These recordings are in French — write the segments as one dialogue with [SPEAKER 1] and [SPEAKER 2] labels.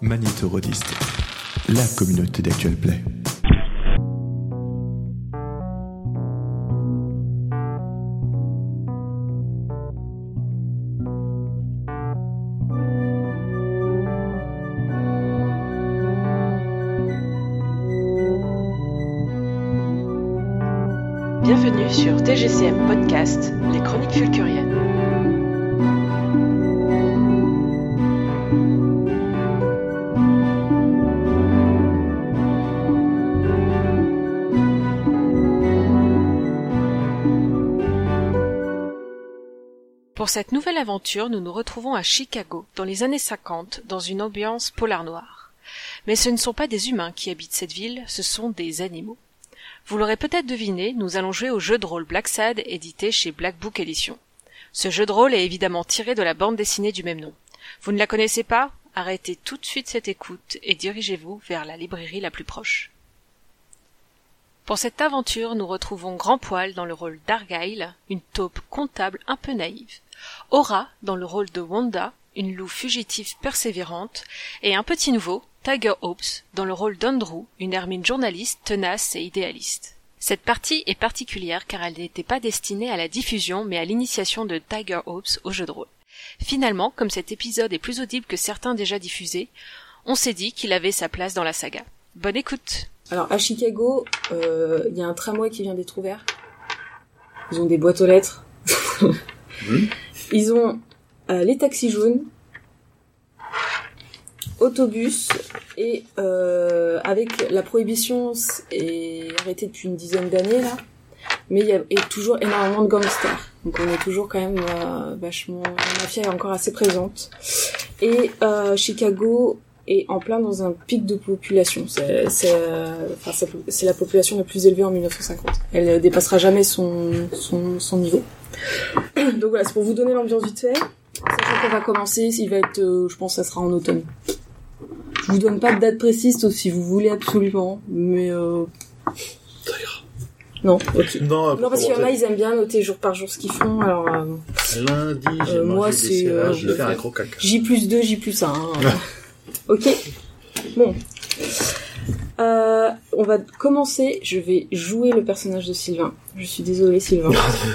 [SPEAKER 1] Manitou-Rodiste, la communauté d'actuel play.
[SPEAKER 2] Bienvenue sur TGCM Podcast, les chroniques fulcuriennes. Pour cette nouvelle aventure, nous nous retrouvons à Chicago, dans les années 50, dans une ambiance polar noire. Mais ce ne sont pas des humains qui habitent cette ville, ce sont des animaux. Vous l'aurez peut-être deviné, nous allons jouer au jeu de rôle Black Sad, édité chez Black Book Edition. Ce jeu de rôle est évidemment tiré de la bande dessinée du même nom. Vous ne la connaissez pas Arrêtez tout de suite cette écoute et dirigez-vous vers la librairie la plus proche. Pour cette aventure, nous retrouvons Grand Poil dans le rôle d'Argyle, une taupe comptable un peu naïve, Aura dans le rôle de Wanda, une loup fugitive persévérante, et un petit nouveau, Tiger Hopes, dans le rôle d'Andrew, une hermine journaliste tenace et idéaliste. Cette partie est particulière car elle n'était pas destinée à la diffusion mais à l'initiation de Tiger Hopes au jeu de rôle. Finalement, comme cet épisode est plus audible que certains déjà diffusés, on s'est dit qu'il avait sa place dans la saga. Bonne écoute
[SPEAKER 3] Alors à Chicago, euh, il y a un tramway qui vient d'être ouvert. Ils ont des boîtes aux lettres. Ils ont euh, les taxis jaunes, autobus et euh, avec la prohibition s- est arrêtée depuis une dizaine d'années là, mais il y a et toujours énormément de gangsters. Donc on est toujours quand même euh, vachement la mafia est encore assez présente et euh, Chicago est en plein dans un pic de population. C'est c'est, euh, enfin, c'est- c'est la population la plus élevée en 1950. Elle euh, dépassera jamais son son, son niveau. Donc voilà, c'est pour vous donner l'ambiance vite fait. Sachant qu'on va commencer, il va être, euh, je pense, que ça sera en automne. Je vous donne pas de date précise, sauf si vous voulez absolument, mais euh... Non, ok.
[SPEAKER 4] Non,
[SPEAKER 3] Non, parce qu'il y en a, ils aiment bien noter jour par jour ce qu'ils font, alors euh,
[SPEAKER 4] Lundi, j'ai
[SPEAKER 3] Euh,
[SPEAKER 4] mangé
[SPEAKER 3] moi,
[SPEAKER 4] des
[SPEAKER 3] c'est,
[SPEAKER 4] céréales,
[SPEAKER 3] euh,
[SPEAKER 4] je
[SPEAKER 3] le
[SPEAKER 4] vais faire
[SPEAKER 3] fait.
[SPEAKER 4] un gros caca.
[SPEAKER 3] J plus 2, J plus 1. ok. Bon. Euh, on va commencer, je vais jouer le personnage de Sylvain. Je suis désolée Sylvain.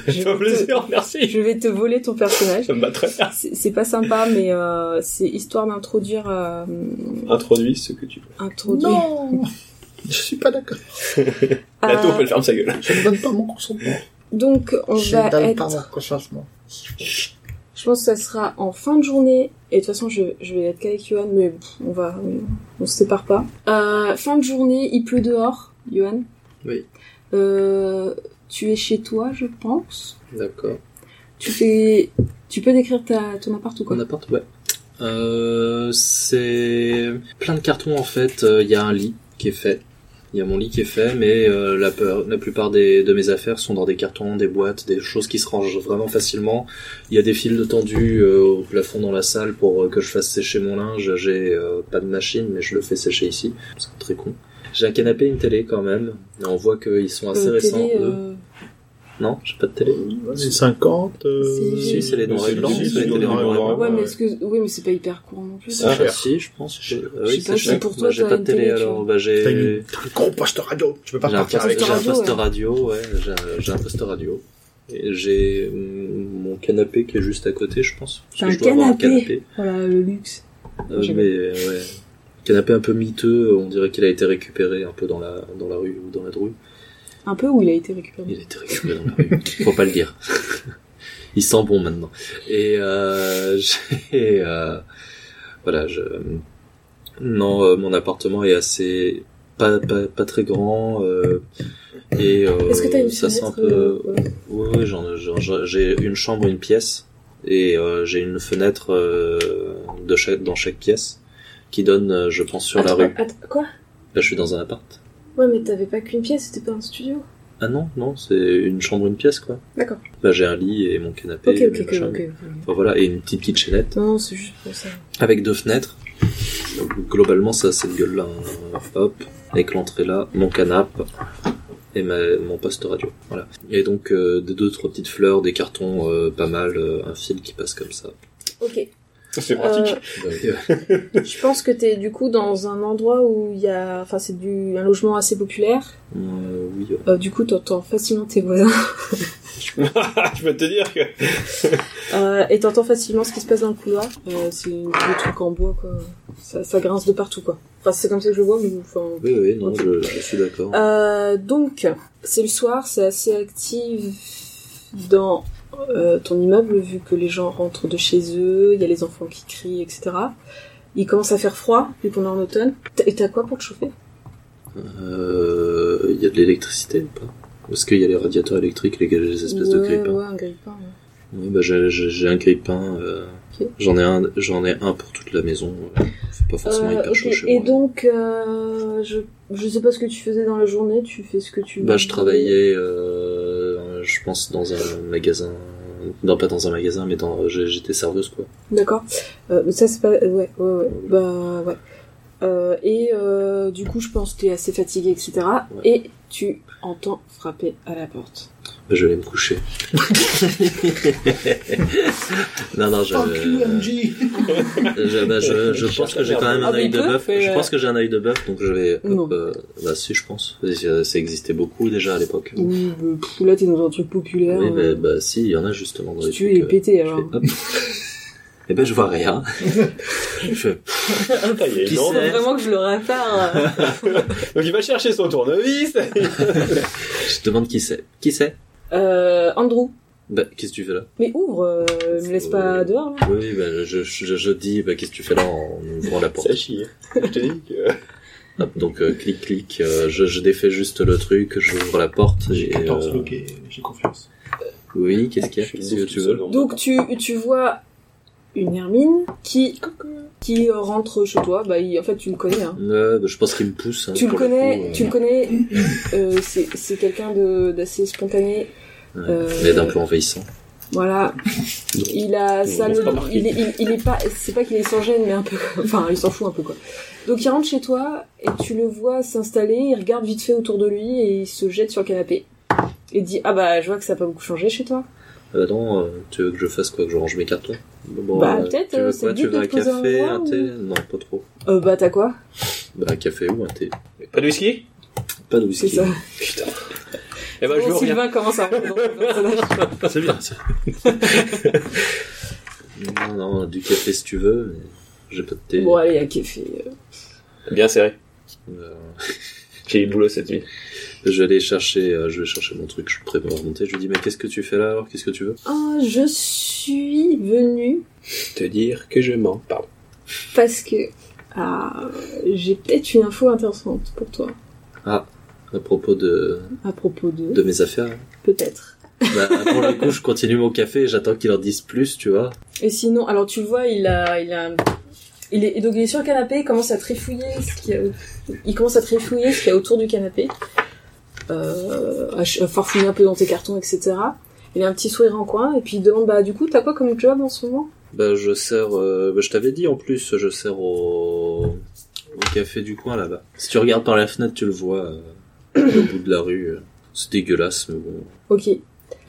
[SPEAKER 3] je,
[SPEAKER 5] Ça
[SPEAKER 3] vais
[SPEAKER 5] fait
[SPEAKER 3] te...
[SPEAKER 5] plaisir, merci.
[SPEAKER 3] je vais te voler ton personnage.
[SPEAKER 5] Ça me va très bien.
[SPEAKER 3] C'est c'est pas sympa, mais euh, c'est histoire d'introduire... Euh,
[SPEAKER 5] Introduis ce que tu veux.
[SPEAKER 3] introduire...
[SPEAKER 4] Je suis pas d'accord.
[SPEAKER 5] La
[SPEAKER 3] Euh,
[SPEAKER 5] taupe, elle ferme sa gueule.
[SPEAKER 4] Je ne donne pas mon consentement.
[SPEAKER 3] Donc on
[SPEAKER 4] je
[SPEAKER 3] va
[SPEAKER 4] ne donne pas
[SPEAKER 3] être,
[SPEAKER 4] mon consentement.
[SPEAKER 3] je pense que ça sera en fin de journée. Et de toute façon, je, je vais être qu'avec Johan, mais pff, on va, on se sépare pas. Euh, fin de journée, il pleut dehors, Johan.
[SPEAKER 6] Oui.
[SPEAKER 3] Euh, tu es chez toi, je pense.
[SPEAKER 6] D'accord.
[SPEAKER 3] Tu fais, tu peux décrire ta, ton appart ou quoi
[SPEAKER 6] Mon appart, ouais. Euh, c'est plein de cartons en fait. Euh, Il y a un lit qui est fait. Il y a mon lit qui est fait, mais euh, la, peur- la plupart des, de mes affaires sont dans des cartons, des boîtes, des choses qui se rangent vraiment facilement. Il y a des fils de tendu euh, au plafond dans la salle pour euh, que je fasse sécher mon linge. J'ai euh, pas de machine, mais je le fais sécher ici. C'est très con. J'ai un canapé et une télé quand même. Et on voit qu'ils sont assez
[SPEAKER 3] Euh,
[SPEAKER 6] récents.
[SPEAKER 3] télé,
[SPEAKER 6] eux.
[SPEAKER 3] euh,
[SPEAKER 6] Non, j'ai pas de télé.
[SPEAKER 4] C'est 50. Euh...
[SPEAKER 3] Si,
[SPEAKER 6] c'est les noirs et
[SPEAKER 4] c'est-
[SPEAKER 6] blancs,
[SPEAKER 4] si,
[SPEAKER 6] c'est les
[SPEAKER 4] les noirs et
[SPEAKER 6] noirs et
[SPEAKER 4] blancs.
[SPEAKER 6] blancs.
[SPEAKER 3] Ouais,
[SPEAKER 4] ouais.
[SPEAKER 3] mais excuse, oui, mais c'est pas hyper courant non plus.
[SPEAKER 6] C'est
[SPEAKER 4] Ah.
[SPEAKER 6] cher, si, je pense. Je...
[SPEAKER 4] Je
[SPEAKER 6] Ah
[SPEAKER 3] sais
[SPEAKER 6] oui,
[SPEAKER 3] pas
[SPEAKER 6] c'est
[SPEAKER 3] si
[SPEAKER 6] cher.
[SPEAKER 3] pour toi,
[SPEAKER 6] Moi, j'ai
[SPEAKER 3] t'as
[SPEAKER 6] pas
[SPEAKER 3] une
[SPEAKER 6] de télé,
[SPEAKER 3] télé, tu
[SPEAKER 6] alors.
[SPEAKER 3] vois.
[SPEAKER 6] Bah,
[SPEAKER 4] T'as
[SPEAKER 6] j'ai.
[SPEAKER 4] une- t'as un gros poste radio. Tu peux pas
[SPEAKER 6] J'ai un,
[SPEAKER 4] partir
[SPEAKER 6] poste-
[SPEAKER 4] avec
[SPEAKER 6] j'ai
[SPEAKER 4] ça.
[SPEAKER 6] un
[SPEAKER 3] radio,
[SPEAKER 6] poste
[SPEAKER 3] ouais.
[SPEAKER 6] radio, ouais, j'ai un, j'ai un poste radio. Et j'ai mm, mon canapé qui est juste à côté, je pense. Parce
[SPEAKER 3] T'as
[SPEAKER 6] que
[SPEAKER 3] un
[SPEAKER 6] je dois avoir
[SPEAKER 3] canapé. Ah, Voilà, le luxe.
[SPEAKER 6] Euh,
[SPEAKER 3] J'aime.
[SPEAKER 6] mais euh, ouais, canapé un peu miteux, on dirait qu'il a été récupéré un peu dans la dans la rue ou dans la drouille.
[SPEAKER 3] Un peu où il a été récupéré.
[SPEAKER 6] Il a été récupéré dans la rue. Faut pas le dire. Il sent bon maintenant. Et euh, j'ai euh, voilà, je non, euh, mon appartement est assez pas pas, pas très grand euh, et euh,
[SPEAKER 3] Est-ce que t'as une
[SPEAKER 6] ça sent un
[SPEAKER 3] fenêtre,
[SPEAKER 6] peu
[SPEAKER 3] euh, ouais.
[SPEAKER 6] oui, oui, j'en- j'en- j'en- j'ai une chambre, une pièce, et euh, j'ai une fenêtre euh, de chaque, dans chaque pièce qui donne, euh, je pense, sur la
[SPEAKER 3] Attends,
[SPEAKER 6] rue.
[SPEAKER 3] attends, quoi
[SPEAKER 6] Là, je suis dans un appart.
[SPEAKER 3] Ouais, mais t'avais pas qu'une pièce, c'était pas un studio.
[SPEAKER 6] Ah non, non, c'est une chambre, une pièce, quoi.
[SPEAKER 3] D'accord.
[SPEAKER 6] Là, j'ai un lit et mon canapé.
[SPEAKER 3] Ok,
[SPEAKER 6] et
[SPEAKER 3] ok,
[SPEAKER 6] mes
[SPEAKER 3] ok,
[SPEAKER 6] machins.
[SPEAKER 3] ok.
[SPEAKER 6] Enfin, voilà, et une petite kitchenette.
[SPEAKER 3] Non, non, c'est juste pour ça.
[SPEAKER 6] avec deux fenêtres. Donc, globalement, ça a cette gueule-là. hein. Hop, avec l'entrée là, mon canapé et ma- mon poste radio. Voilà. Et donc euh, des deux trois petites fleurs, des cartons, euh, pas mal, euh, un fil qui passe comme ça.
[SPEAKER 3] Ok.
[SPEAKER 5] C'est pratique.
[SPEAKER 3] Je pense que t'es du coup dans un endroit où il y a, enfin c'est du un logement assez populaire.
[SPEAKER 6] Euh, oui. ouais.
[SPEAKER 3] Euh, du coup, t'entends facilement tes voisins
[SPEAKER 5] je peux te dire que.
[SPEAKER 3] euh, et t'entends facilement ce qui se passe dans le couloir. Euh, c'est des trucs en bois quoi. Ça, ça grince de partout quoi. Enfin c'est comme ça que je le vois, mais enfin.
[SPEAKER 6] Oui, oui, non, je, je suis d'accord.
[SPEAKER 3] Euh, donc, c'est le soir, c'est assez actif dans euh, ton immeuble, vu que les gens rentrent de chez eux, il y a les enfants qui crient, etc. Il commence à faire froid, vu qu'on est en automne. T'as- Et t'as quoi pour te chauffer
[SPEAKER 6] Euh, Il y a de l'électricité ou pas Parce qu'il y a les radiateurs électriques, les, les espèces de hein.
[SPEAKER 3] Ouais,
[SPEAKER 6] grippins.
[SPEAKER 3] Ouais, un hein. grille-pain. ouais.
[SPEAKER 6] Ouais, bah, j'ai- j'ai j'ai un grille-pain. euh,
[SPEAKER 3] Ok.
[SPEAKER 6] J'en ai un, j'en ai un pour toute la maison. euh, C'est pas forcément
[SPEAKER 3] Euh,
[SPEAKER 6] hyper
[SPEAKER 3] ok,
[SPEAKER 6] chaud hein. chez
[SPEAKER 3] Et
[SPEAKER 6] moi.
[SPEAKER 3] donc, euh, je, je sais pas ce que tu faisais dans la journée, tu fais ce que tu
[SPEAKER 6] Bah, je travaillais, euh, je pense, dans un magasin. Non, pas dans un magasin, mais dans, j'ai- j'étais serveuse, quoi.
[SPEAKER 3] D'accord. Euh, mais ça, c'est pas. euh, Ouais, ouais, ouais. Bah, ouais. Euh, et euh, du coup, je pense que t'es assez fatigué, etc.
[SPEAKER 6] Ouais.
[SPEAKER 3] Et tu entends frapper à la porte.
[SPEAKER 6] Bah, je vais me coucher. non, non, je,
[SPEAKER 4] Fuck you, MJ
[SPEAKER 6] je, bah, je, je
[SPEAKER 5] Je
[SPEAKER 6] pense que j'ai
[SPEAKER 5] cherche la
[SPEAKER 6] quand même un
[SPEAKER 3] merde.
[SPEAKER 6] œil
[SPEAKER 3] Ah,
[SPEAKER 6] de
[SPEAKER 3] mais
[SPEAKER 6] bœuf.
[SPEAKER 3] toi,
[SPEAKER 6] Je
[SPEAKER 3] euh,
[SPEAKER 6] pense que j'ai un œil de bœuf, donc je vais. hop,
[SPEAKER 3] Non.
[SPEAKER 6] euh, bah, si, je pense. Ça ça existait beaucoup déjà à l'époque.
[SPEAKER 3] Oui, bah, pff, là, t'es dans un truc populaire.
[SPEAKER 6] Oui, mais
[SPEAKER 3] euh,
[SPEAKER 6] bah, si, il y en a justement dans
[SPEAKER 3] si
[SPEAKER 6] les
[SPEAKER 3] tu veux, il est
[SPEAKER 6] trucs, euh,
[SPEAKER 3] pété
[SPEAKER 6] Je
[SPEAKER 3] alors.
[SPEAKER 6] fais, hop. Eh ben, je vois rien. je fais,
[SPEAKER 5] Ah, il y a
[SPEAKER 6] Qui
[SPEAKER 5] une onde.
[SPEAKER 6] sait
[SPEAKER 3] que je le répare.
[SPEAKER 5] Donc il va chercher son tournevis.
[SPEAKER 6] je demande qui c'est. Qui c'est
[SPEAKER 3] euh, Andrew,
[SPEAKER 6] Bah, qu'est-ce que tu fais là
[SPEAKER 3] mais ouvre, euh, me laisse pas
[SPEAKER 6] Euh,
[SPEAKER 3] dehors. hein. là.
[SPEAKER 6] Oui, bah, je, je, je dis, bah, qu'est-ce que tu fais là en ouvrant la porte
[SPEAKER 5] Ça chie. Je te dis que.
[SPEAKER 6] Hop, Donc, euh, clic, clic, euh, je, je défais juste le truc, j'ouvre la porte.
[SPEAKER 4] J'ai
[SPEAKER 6] et,
[SPEAKER 4] 14
[SPEAKER 6] euh,
[SPEAKER 4] bloqués, j'ai confiance.
[SPEAKER 6] Oui, qu'est-ce qu'il y
[SPEAKER 5] Je
[SPEAKER 6] a
[SPEAKER 5] suis
[SPEAKER 6] Qu'est-ce que
[SPEAKER 5] tout
[SPEAKER 6] tu
[SPEAKER 5] seul
[SPEAKER 6] veux
[SPEAKER 5] dans mon
[SPEAKER 3] Donc, tu, tu vois une Hermine qui, qui euh, rentre chez toi. Bah, il- en fait, tu le connais. Hein.
[SPEAKER 6] Euh, bah, Je pense qu'il me pousse. hein,
[SPEAKER 3] Tu le
[SPEAKER 6] pour
[SPEAKER 3] connais,
[SPEAKER 6] coup, euh,
[SPEAKER 3] tu le connais. euh, c'est c'est quelqu'un de d'assez spontané.
[SPEAKER 6] ouais.
[SPEAKER 3] euh,
[SPEAKER 6] Mais d'un peu envahissant.
[SPEAKER 3] Voilà. Il a ça,
[SPEAKER 5] on
[SPEAKER 3] le-
[SPEAKER 5] l'a pas remarqué.
[SPEAKER 3] il, est, il, il est pas, c'est pas qu'il est sans gêne, mais un peu, enfin, il s'en fout un peu quoi. Donc il rentre chez toi et tu le vois s'installer, il regarde vite fait autour de lui et il se jette sur le canapé et dit ah bah je vois que ça a pas beaucoup changé chez toi.
[SPEAKER 6] Euh, non, euh, tu veux que je fasse quoi Que je range mes cartons Bon,
[SPEAKER 3] Bah,
[SPEAKER 6] euh,
[SPEAKER 3] peut-être,
[SPEAKER 6] Tu veux
[SPEAKER 3] euh, c'est
[SPEAKER 6] quoi
[SPEAKER 3] le
[SPEAKER 6] Tu
[SPEAKER 3] but
[SPEAKER 6] veux
[SPEAKER 3] de
[SPEAKER 6] un
[SPEAKER 3] te poser
[SPEAKER 6] café,
[SPEAKER 3] un
[SPEAKER 6] un
[SPEAKER 3] endroit
[SPEAKER 6] thé
[SPEAKER 3] ou-
[SPEAKER 6] Non, pas trop.
[SPEAKER 3] Euh, bah t'as quoi
[SPEAKER 6] Bah, un café ou un thé
[SPEAKER 5] Pas de whisky
[SPEAKER 6] Pas de
[SPEAKER 3] C'est
[SPEAKER 6] whisky.
[SPEAKER 3] ça.
[SPEAKER 5] Eh ben, je
[SPEAKER 3] Bon,
[SPEAKER 5] veux rien.
[SPEAKER 3] Sylvain commence à rentrer dans le personnage.
[SPEAKER 6] C'est bien ça. non, non, du café si tu veux, mais j'ai pas de thé.
[SPEAKER 3] Bon allez, un café. euh,
[SPEAKER 5] Bien serré.
[SPEAKER 6] Euh,
[SPEAKER 5] J'ai eu le boulot cette nuit.
[SPEAKER 6] je vais aller chercher, euh, je vais chercher mon truc, je prépare mon thé. Je lui dis, mais qu'est-ce que tu fais là alors Qu'est-ce que tu veux
[SPEAKER 3] Ah, je suis venue
[SPEAKER 5] Te dire que je mens. Pardon.
[SPEAKER 3] parce que ah, j'ai peut-être une info intéressante pour toi
[SPEAKER 6] Ah, À propos de,
[SPEAKER 3] à propos de,
[SPEAKER 6] de mes affaires. hein.
[SPEAKER 3] peut-être.
[SPEAKER 6] Bah, pour le coup, je continue mon café et j'attends qu'il en dise plus, tu vois.
[SPEAKER 3] Et sinon, alors tu le vois, il a, il a, il est donc il est sur le canapé, il commence à trifouiller ce qu'il y a, au- il commence à trifouiller ce qu'il y a autour du canapé, euh, à, ch- à farfouiller un peu dans tes cartons, etc. Il a un petit sourire en coin et puis il demande bah du coup t'as quoi comme job en ce moment
[SPEAKER 6] Bah, je sers, euh, bah, je t'avais dit en plus, je sers au, au café du coin là-bas. Si tu regardes par la fenêtre, tu le vois euh, au bout de la rue. euh. C'est dégueulasse, mais bon.
[SPEAKER 3] Ok.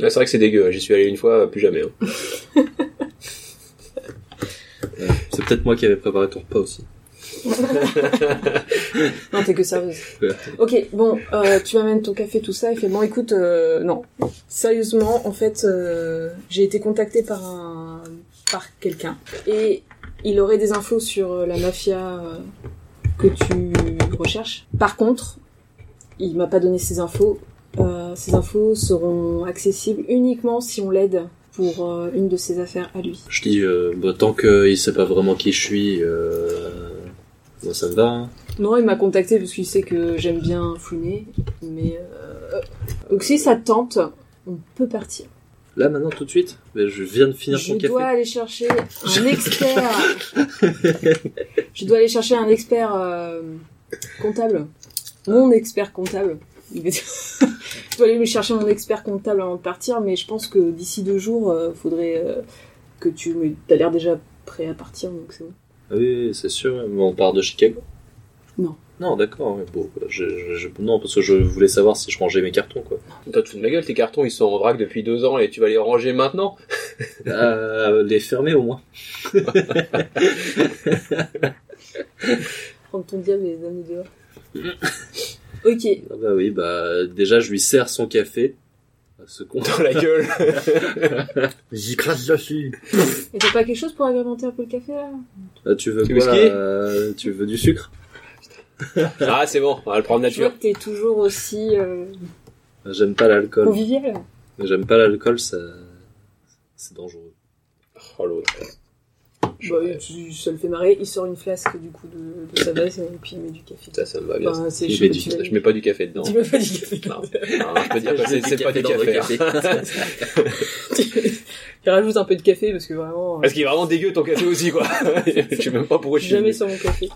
[SPEAKER 5] Ouais, c'est vrai que c'est dégueu. J'y suis allé une fois, plus jamais. hein.
[SPEAKER 6] Ouais. C'est peut-être moi qui avais préparé ton repas aussi.
[SPEAKER 3] Non t'es que sérieuse.
[SPEAKER 6] Ouais.
[SPEAKER 3] ok bon euh, tu m'amènes ton café tout ça. Il fait bon écoute euh, non sérieusement en fait euh, j'ai été contacté par un par quelqu'un et il aurait des infos sur euh, la mafia euh, que tu recherches. Par contre, il m'a pas donné ces infos. Euh, ces infos seront accessibles uniquement si on l'aide pour euh, une de ses affaires à lui.
[SPEAKER 6] Je dis, euh, bah, tant qu'il sait pas vraiment qui je suis, euh, moi, ça me va. hein.
[SPEAKER 3] Non, il m'a contacté parce qu'il sait que j'aime bien fouiner, mais euh, donc si ça te tente, on peut partir.
[SPEAKER 6] Là, maintenant, tout de suite, mais je viens de finir
[SPEAKER 3] Je
[SPEAKER 6] mon café.
[SPEAKER 3] dois aller chercher un expert. je dois aller chercher un expert euh, comptable. Mon expert comptable. Il veut dire- je dois aller me chercher mon expert comptable avant de partir, mais je pense que d'ici deux jours, euh, faudrait euh, que tu. Mais t'as l'air déjà prêt à partir, donc c'est bon.
[SPEAKER 6] Ah Oui, c'est sûr, mais on part de Chicago
[SPEAKER 3] Non.
[SPEAKER 6] Non, d'accord. mais Bon, bah, je, je- je- non, parce que je voulais savoir si je rangeais mes cartons, quoi.
[SPEAKER 5] Toi, tu te fous de ma gueule, tes cartons, ils sont en vrac depuis deux ans et tu vas les ranger maintenant
[SPEAKER 6] Euh, les fermer au moins.
[SPEAKER 3] Prendre ton diable et les amener dehors. ok.
[SPEAKER 6] Ah Bah oui, bah déjà je lui sers son café. Ah, Ce con.
[SPEAKER 5] Dans la gueule.
[SPEAKER 7] J'y crache dessus.
[SPEAKER 3] Et t'as pas quelque chose pour agrémenter un peu le café là
[SPEAKER 6] Ah, tu veux
[SPEAKER 5] Du
[SPEAKER 6] quoi
[SPEAKER 5] whisky
[SPEAKER 6] euh, Tu veux du sucre
[SPEAKER 5] Ah, c'est bon, on va le prendre
[SPEAKER 3] Je vois
[SPEAKER 5] nature.
[SPEAKER 3] que t'es toujours aussi euh,
[SPEAKER 6] Ah, J'aime pas l'alcool.
[SPEAKER 3] convivial.
[SPEAKER 6] J'aime pas l'alcool, ça c'est dangereux.
[SPEAKER 5] Oh l'autre.
[SPEAKER 3] Bah, tu- ça le fait marrer. Il sort une flasque du coup de, de sa veste et puis il met du café.
[SPEAKER 5] Ça, ça me va bien. ça.
[SPEAKER 3] Enfin, c'est
[SPEAKER 6] Il
[SPEAKER 3] je sais
[SPEAKER 6] met
[SPEAKER 3] pas,
[SPEAKER 6] du-
[SPEAKER 3] tu vas-
[SPEAKER 5] Je mets pas du café dedans.
[SPEAKER 3] Tu mets pas du café.
[SPEAKER 5] Non. Non, je peux dire que c'est c'est pas du
[SPEAKER 6] dans le
[SPEAKER 5] café. hein.
[SPEAKER 6] café.
[SPEAKER 3] Il rajoute un peu de café parce que vraiment. euh,
[SPEAKER 5] Parce qu'il est vraiment dégueu ton café aussi, quoi. je sais même pas pourquoi je suis.
[SPEAKER 3] Jamais
[SPEAKER 5] venu.
[SPEAKER 3] sans mon café.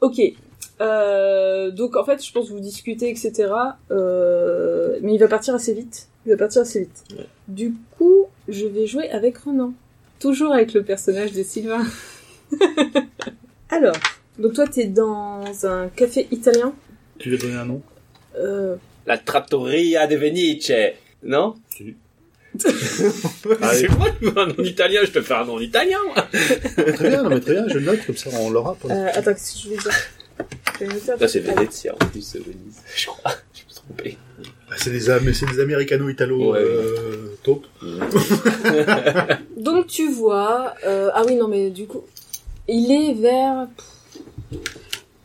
[SPEAKER 3] Ok. Euh, donc en fait, je pense que vous discutez, etc. Euh, mais il va partir assez vite. Il va partir assez vite. Du coup, je vais jouer avec Renan. Toujours avec le personnage de Sylvain. Alors, donc toi, t'es dans un café italien.
[SPEAKER 4] Tu lui as donné un nom
[SPEAKER 3] Euh,
[SPEAKER 5] La trattoria de Venice. Non Ah,
[SPEAKER 4] Si.
[SPEAKER 5] C'est moi, tu veux un nom italien, je te fais un nom italien, moi.
[SPEAKER 7] Très bien, non mais très bien, je le note comme ça, on l'aura. pour-
[SPEAKER 3] euh, attends, qu'est-ce que je vais dire Je vais noter un
[SPEAKER 5] Ça,
[SPEAKER 3] truc.
[SPEAKER 5] c'est Venezia, en plus, c'est Venise. Je crois. Je me suis trompé.
[SPEAKER 4] Bah,
[SPEAKER 7] Ah, c'est des, Am- c'est des américano-italo
[SPEAKER 5] Ouais.
[SPEAKER 7] euh, taupe.
[SPEAKER 3] Donc tu vois, euh, ah oui non mais du coup, il est vers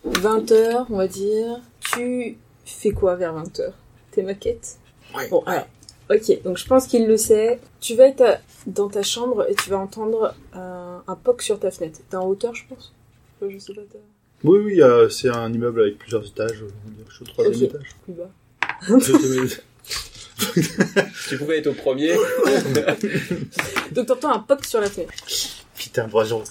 [SPEAKER 3] 20h on va dire. Tu fais quoi vers 20h Tes maquettes
[SPEAKER 7] Ouais.
[SPEAKER 3] Bon alors, ok, donc je pense qu'il le sait. Tu vas être à- dans ta chambre et tu vas entendre euh, un POC sur ta fenêtre. T'es en hauteur je pense Je sais pas, t'es
[SPEAKER 7] Oui, oui, euh, c'est un immeuble avec plusieurs étages. euh, on va dire que Je suis au troisième
[SPEAKER 3] Ok.
[SPEAKER 7] étage.
[SPEAKER 3] plus bas.
[SPEAKER 7] Deuxième étage.
[SPEAKER 5] Tu pouvais être au premier.
[SPEAKER 3] Donc t'entends un POC sur la fenêtre.
[SPEAKER 7] Putain, vraiment.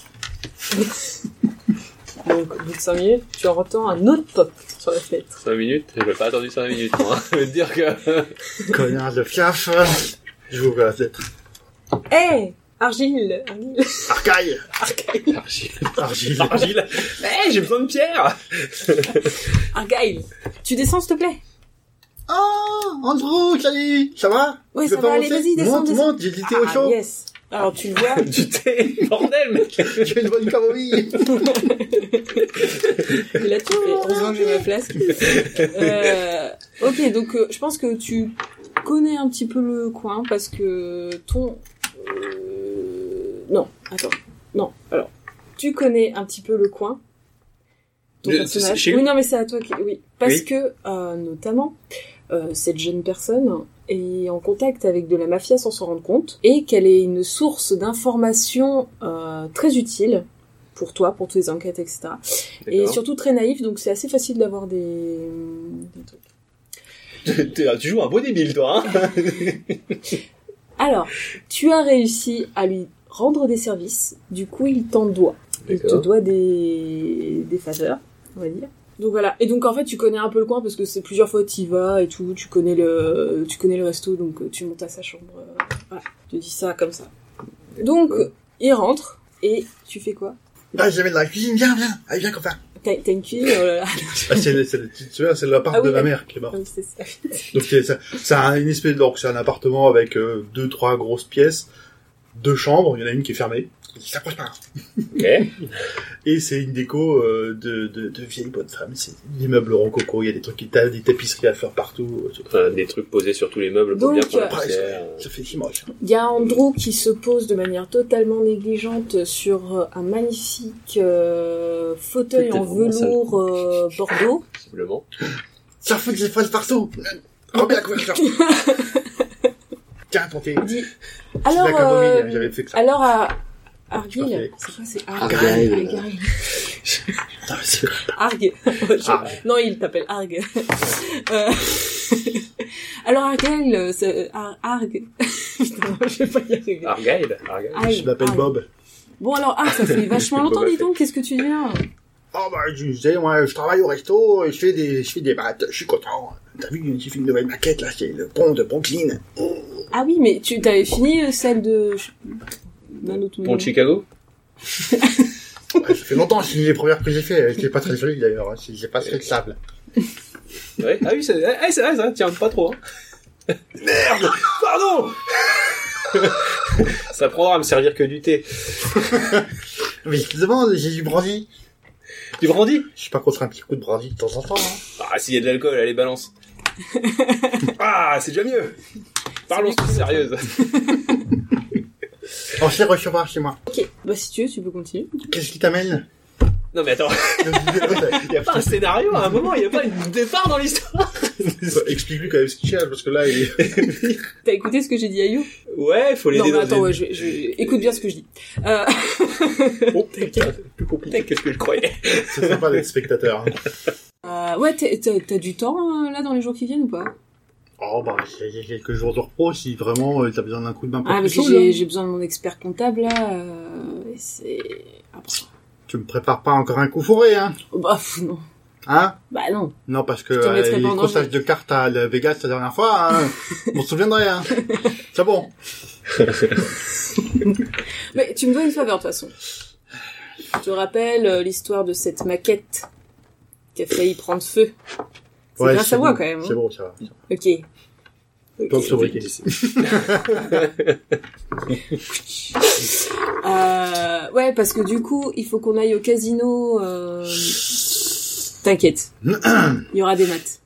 [SPEAKER 3] Donc au bout de 5 minutes, tu entends un autre POC sur la fenêtre.
[SPEAKER 5] 5 minutes J'ai pas attendu 5 minutes, moi. Je veux te dire que.
[SPEAKER 7] Connard de fiaf. J'ouvre la fenêtre.
[SPEAKER 3] Hé Argile Argile
[SPEAKER 7] Arcaille
[SPEAKER 5] Argile.
[SPEAKER 7] Argile
[SPEAKER 5] Argile Eh, j'ai besoin de pierre
[SPEAKER 3] Argyle, tu descends s'il te plaît
[SPEAKER 7] Ah Andrew, salut Ça va
[SPEAKER 3] Ouais,
[SPEAKER 7] Tu veux
[SPEAKER 3] ça
[SPEAKER 7] pas
[SPEAKER 3] va, allez,
[SPEAKER 7] monter
[SPEAKER 3] vas-y, descends,
[SPEAKER 7] Monte,
[SPEAKER 3] descends.
[SPEAKER 7] monte, j'ai l'été au
[SPEAKER 3] Ah,
[SPEAKER 7] chaud.
[SPEAKER 3] yes. Alors tu le vois,
[SPEAKER 5] Du thé Bordel, mec
[SPEAKER 7] J'ai une bonne camomille.
[SPEAKER 3] et là tu fais, heureusement que j'ai ma flasque. Euh, ok, donc euh, je pense que tu connais un petit peu le coin parce que ton... euh, non, attends. Non, alors. Tu connais un petit peu le coin. Ton
[SPEAKER 5] De- Euh, c'est
[SPEAKER 3] personnage.
[SPEAKER 5] chez
[SPEAKER 3] Oui,
[SPEAKER 5] vous
[SPEAKER 3] non, mais c'est à toi. qui- Oui, parce
[SPEAKER 5] Oui.
[SPEAKER 3] que, euh, notamment, euh, cette jeune personne est en contact avec de la mafia sans s'en rendre compte et qu'elle est une source d'informations euh, très utile pour toi, pour tes enquêtes, etc. Et
[SPEAKER 5] D'accord.
[SPEAKER 3] surtout très naïf, donc c'est assez facile d'avoir des... des trucs.
[SPEAKER 5] T'es- ah, Tu joues un beau débile, toi, hein
[SPEAKER 3] Alors, tu as réussi à lui rendre des services, du coup il t'en doit. Il te
[SPEAKER 5] D'accord.
[SPEAKER 3] doit des, des faveurs, on va dire. Donc voilà. Et donc en fait, tu connais un peu le coin parce que c'est plusieurs fois tu y vas et tout. Tu connais le, tu connais le resto, donc euh, tu montes à sa chambre. euh, Voilà. Je te dis ça comme ça. Donc euh, il rentre et tu fais quoi
[SPEAKER 7] Ah, j'avais de la cuisine, viens, viens. Allez, viens, copain.
[SPEAKER 3] T'as t'as une cuisine oh là là.
[SPEAKER 7] Ah, c'est, c'est, tu te souviens, c'est l'appart
[SPEAKER 3] Ah oui,
[SPEAKER 7] de ma
[SPEAKER 3] oui.
[SPEAKER 7] mère qui est morte.
[SPEAKER 3] Oui, c'est ça.
[SPEAKER 7] Donc, c'est, ça- ça a une espèce de, donc, c'est un appartement avec euh, deux, trois grosses pièces, deux chambres, il y en a une qui est fermée. Il s'approche pas.
[SPEAKER 5] Ok.
[SPEAKER 7] Et c'est une déco euh, de, de, de vieille bonne femme. C'est l'immeuble rococo, il y a des trucs qui tapent, des tapisseries à faire partout. euh, tout.
[SPEAKER 5] Enfin, des trucs posés sur tous les meubles pour
[SPEAKER 3] Donc,
[SPEAKER 5] bien qu'on la
[SPEAKER 3] euh,
[SPEAKER 7] Après,
[SPEAKER 5] poussière.
[SPEAKER 7] ça, ça fait si moche. hein.
[SPEAKER 3] Il y a Andrew qui se pose de manière totalement négligente sur euh, un magnifique euh, fauteuil
[SPEAKER 5] C'était
[SPEAKER 3] en
[SPEAKER 5] vraiment sale.
[SPEAKER 3] velours euh, bordeaux.
[SPEAKER 5] Possiblement.
[SPEAKER 7] Ça fait que j'ai fasse partout. Remets Oh, la couverture. Tiens, ton thé.
[SPEAKER 3] Il dit
[SPEAKER 7] C'est
[SPEAKER 3] alors
[SPEAKER 7] la camomille, hein,
[SPEAKER 3] euh,
[SPEAKER 7] j'avais fait que ça.
[SPEAKER 3] Alors, à
[SPEAKER 7] Je sais
[SPEAKER 3] Argyll,
[SPEAKER 7] pas
[SPEAKER 3] c'est quoi C'est
[SPEAKER 7] Argyll.
[SPEAKER 3] Argyll. Argyll.
[SPEAKER 7] Putain,
[SPEAKER 3] Arg.
[SPEAKER 7] mais c'est-
[SPEAKER 3] Je-
[SPEAKER 7] Ah,
[SPEAKER 3] Non, il t'appelle Arg. Euh, Alors, Argyll, euh, c'est Ar- Arg. Putain, je vais pas y arriver.
[SPEAKER 5] Argyle Argyle.
[SPEAKER 3] Arg,
[SPEAKER 7] Ah, je m'appelle
[SPEAKER 3] Arg.
[SPEAKER 7] Bob.
[SPEAKER 3] Bon, alors, Arg, ça fait vachement longtemps,
[SPEAKER 5] Boba
[SPEAKER 3] dis donc, qu'est-ce que tu viens
[SPEAKER 7] Oh bah je sais, moi je travaille au resto et je fais des je fais des maths, je suis content. T'as vu, j'ai fait une nouvelle maquette là, c'est le pont de Brooklyn.
[SPEAKER 3] Ah oui, mais tu t'avais fini euh, celle de... je- d'un autre
[SPEAKER 5] Pont
[SPEAKER 3] moment.
[SPEAKER 5] de Chicago
[SPEAKER 7] Ouais, ça fait longtemps, c'est une des premières que j'ai fait, c'était pas très joli d'ailleurs, hein, c'est- j'ai pas très de sable.
[SPEAKER 5] eh, Ouais. Ah oui, c'est ah, c'est vrai, ça tient pas trop. Hein. Merde Pardon Ça prendra à me servir que du thé.
[SPEAKER 7] Mais je te demande, j'ai du brandy.
[SPEAKER 5] Du brandy
[SPEAKER 7] Je suis pas contre un petit coup de brandy de temps en temps. hein.
[SPEAKER 5] Ah, s'il y a de l'alcool, allez, balance. ah, c'est déjà mieux. Parlons
[SPEAKER 2] C'est mieux
[SPEAKER 5] choses sérieuses.
[SPEAKER 7] On sait recevoir chez moi.
[SPEAKER 3] Ok, bah si tu veux, tu peux continuer.
[SPEAKER 7] Qu'est-ce qui t'amène
[SPEAKER 5] Non, mais attends, il n'y a pas un scénario à un moment, il n'y a pas une départ dans l'histoire.
[SPEAKER 7] Bah, Explique-lui quand même ce qu'il cherche, parce que là, il est...
[SPEAKER 3] T'as écouté ce que j'ai dit à You
[SPEAKER 5] Ouais, faut
[SPEAKER 3] Non,
[SPEAKER 5] l'aider
[SPEAKER 3] mais
[SPEAKER 5] dans
[SPEAKER 3] attends,
[SPEAKER 5] une-
[SPEAKER 3] ouais, je, je... écoute bien ce que je dis. Euh...
[SPEAKER 5] Oh putain, c'est plus compliqué que ce que je croyais.
[SPEAKER 7] c'est sympa d'être spectateur. hein.
[SPEAKER 3] euh, ouais, t'es- t'as t'as du temps euh, là dans les jours qui viennent ou pas
[SPEAKER 7] Oh, bah, j'ai j'ai quelques jours de repos si vraiment euh, t'as besoin d'un coup de main pour
[SPEAKER 3] Ah, parce
[SPEAKER 7] plus
[SPEAKER 3] que
[SPEAKER 7] chaud, là.
[SPEAKER 3] j'ai j'ai besoin de mon expert comptable là. Euh... et C'est. Ah, pff,
[SPEAKER 7] Tu me prépares pas encore un coup fourré, hein
[SPEAKER 3] Bah pff, non.
[SPEAKER 7] Hein
[SPEAKER 3] Bah non.
[SPEAKER 7] Non, parce que
[SPEAKER 3] Je te mettrai
[SPEAKER 7] euh,
[SPEAKER 3] pas
[SPEAKER 7] les
[SPEAKER 3] en
[SPEAKER 7] grossages de cartes à la Vegas la dernière fois, hein, on se souviendrait, hein C'est bon.
[SPEAKER 3] Mais tu me dois une faveur de toute façon. Je te rappelle euh, l'histoire de cette maquette qui a failli prendre feu. C'est
[SPEAKER 7] Ouais,
[SPEAKER 3] grâce à
[SPEAKER 7] bon,
[SPEAKER 3] moi quand même.
[SPEAKER 7] C'est
[SPEAKER 3] hein.
[SPEAKER 7] bon, ça va.
[SPEAKER 3] Ok. Ok.
[SPEAKER 7] Tant que sobriquet.
[SPEAKER 3] Euh, ouais, parce que du coup, il faut qu'on aille au casino. euh, T'inquiète, il y aura des maths.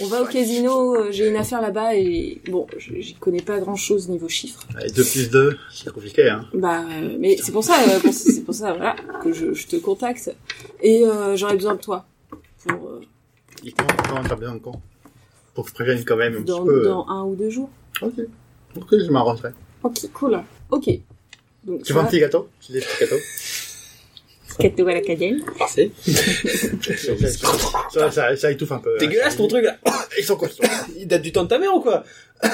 [SPEAKER 3] On va au casino, euh, j'ai une affaire là-bas et bon, je- j'y connais pas grand-chose niveau chiffres.
[SPEAKER 7] Allez, 2 plus 2, c'est compliqué, hein
[SPEAKER 3] Bah, euh, mais c'est pour ça, euh, pour- c'est pour ça, voilà, que je, je te contacte et euh, j'aurai besoin de toi pour euh,
[SPEAKER 7] Il compte quand t'as besoin de quand Pour que je prévienne quand même un
[SPEAKER 3] dans,
[SPEAKER 7] petit peu.
[SPEAKER 3] dans un ou deux jours.
[SPEAKER 7] Ok. Ok, je m'arrangerai.
[SPEAKER 3] Ok, cool. Ok. Donc,
[SPEAKER 7] Tu veux un
[SPEAKER 3] voilà,
[SPEAKER 7] petit gâteau Tu veux des petits gâteaux
[SPEAKER 3] Cato à la cadienne.
[SPEAKER 5] Parfait.
[SPEAKER 7] ça, ça, ça étouffe un peu. hein.
[SPEAKER 5] Dégueulasse ton truc là.
[SPEAKER 7] Ils sont costauds.
[SPEAKER 5] Il date du temps de ta mère ou quoi
[SPEAKER 7] Euh,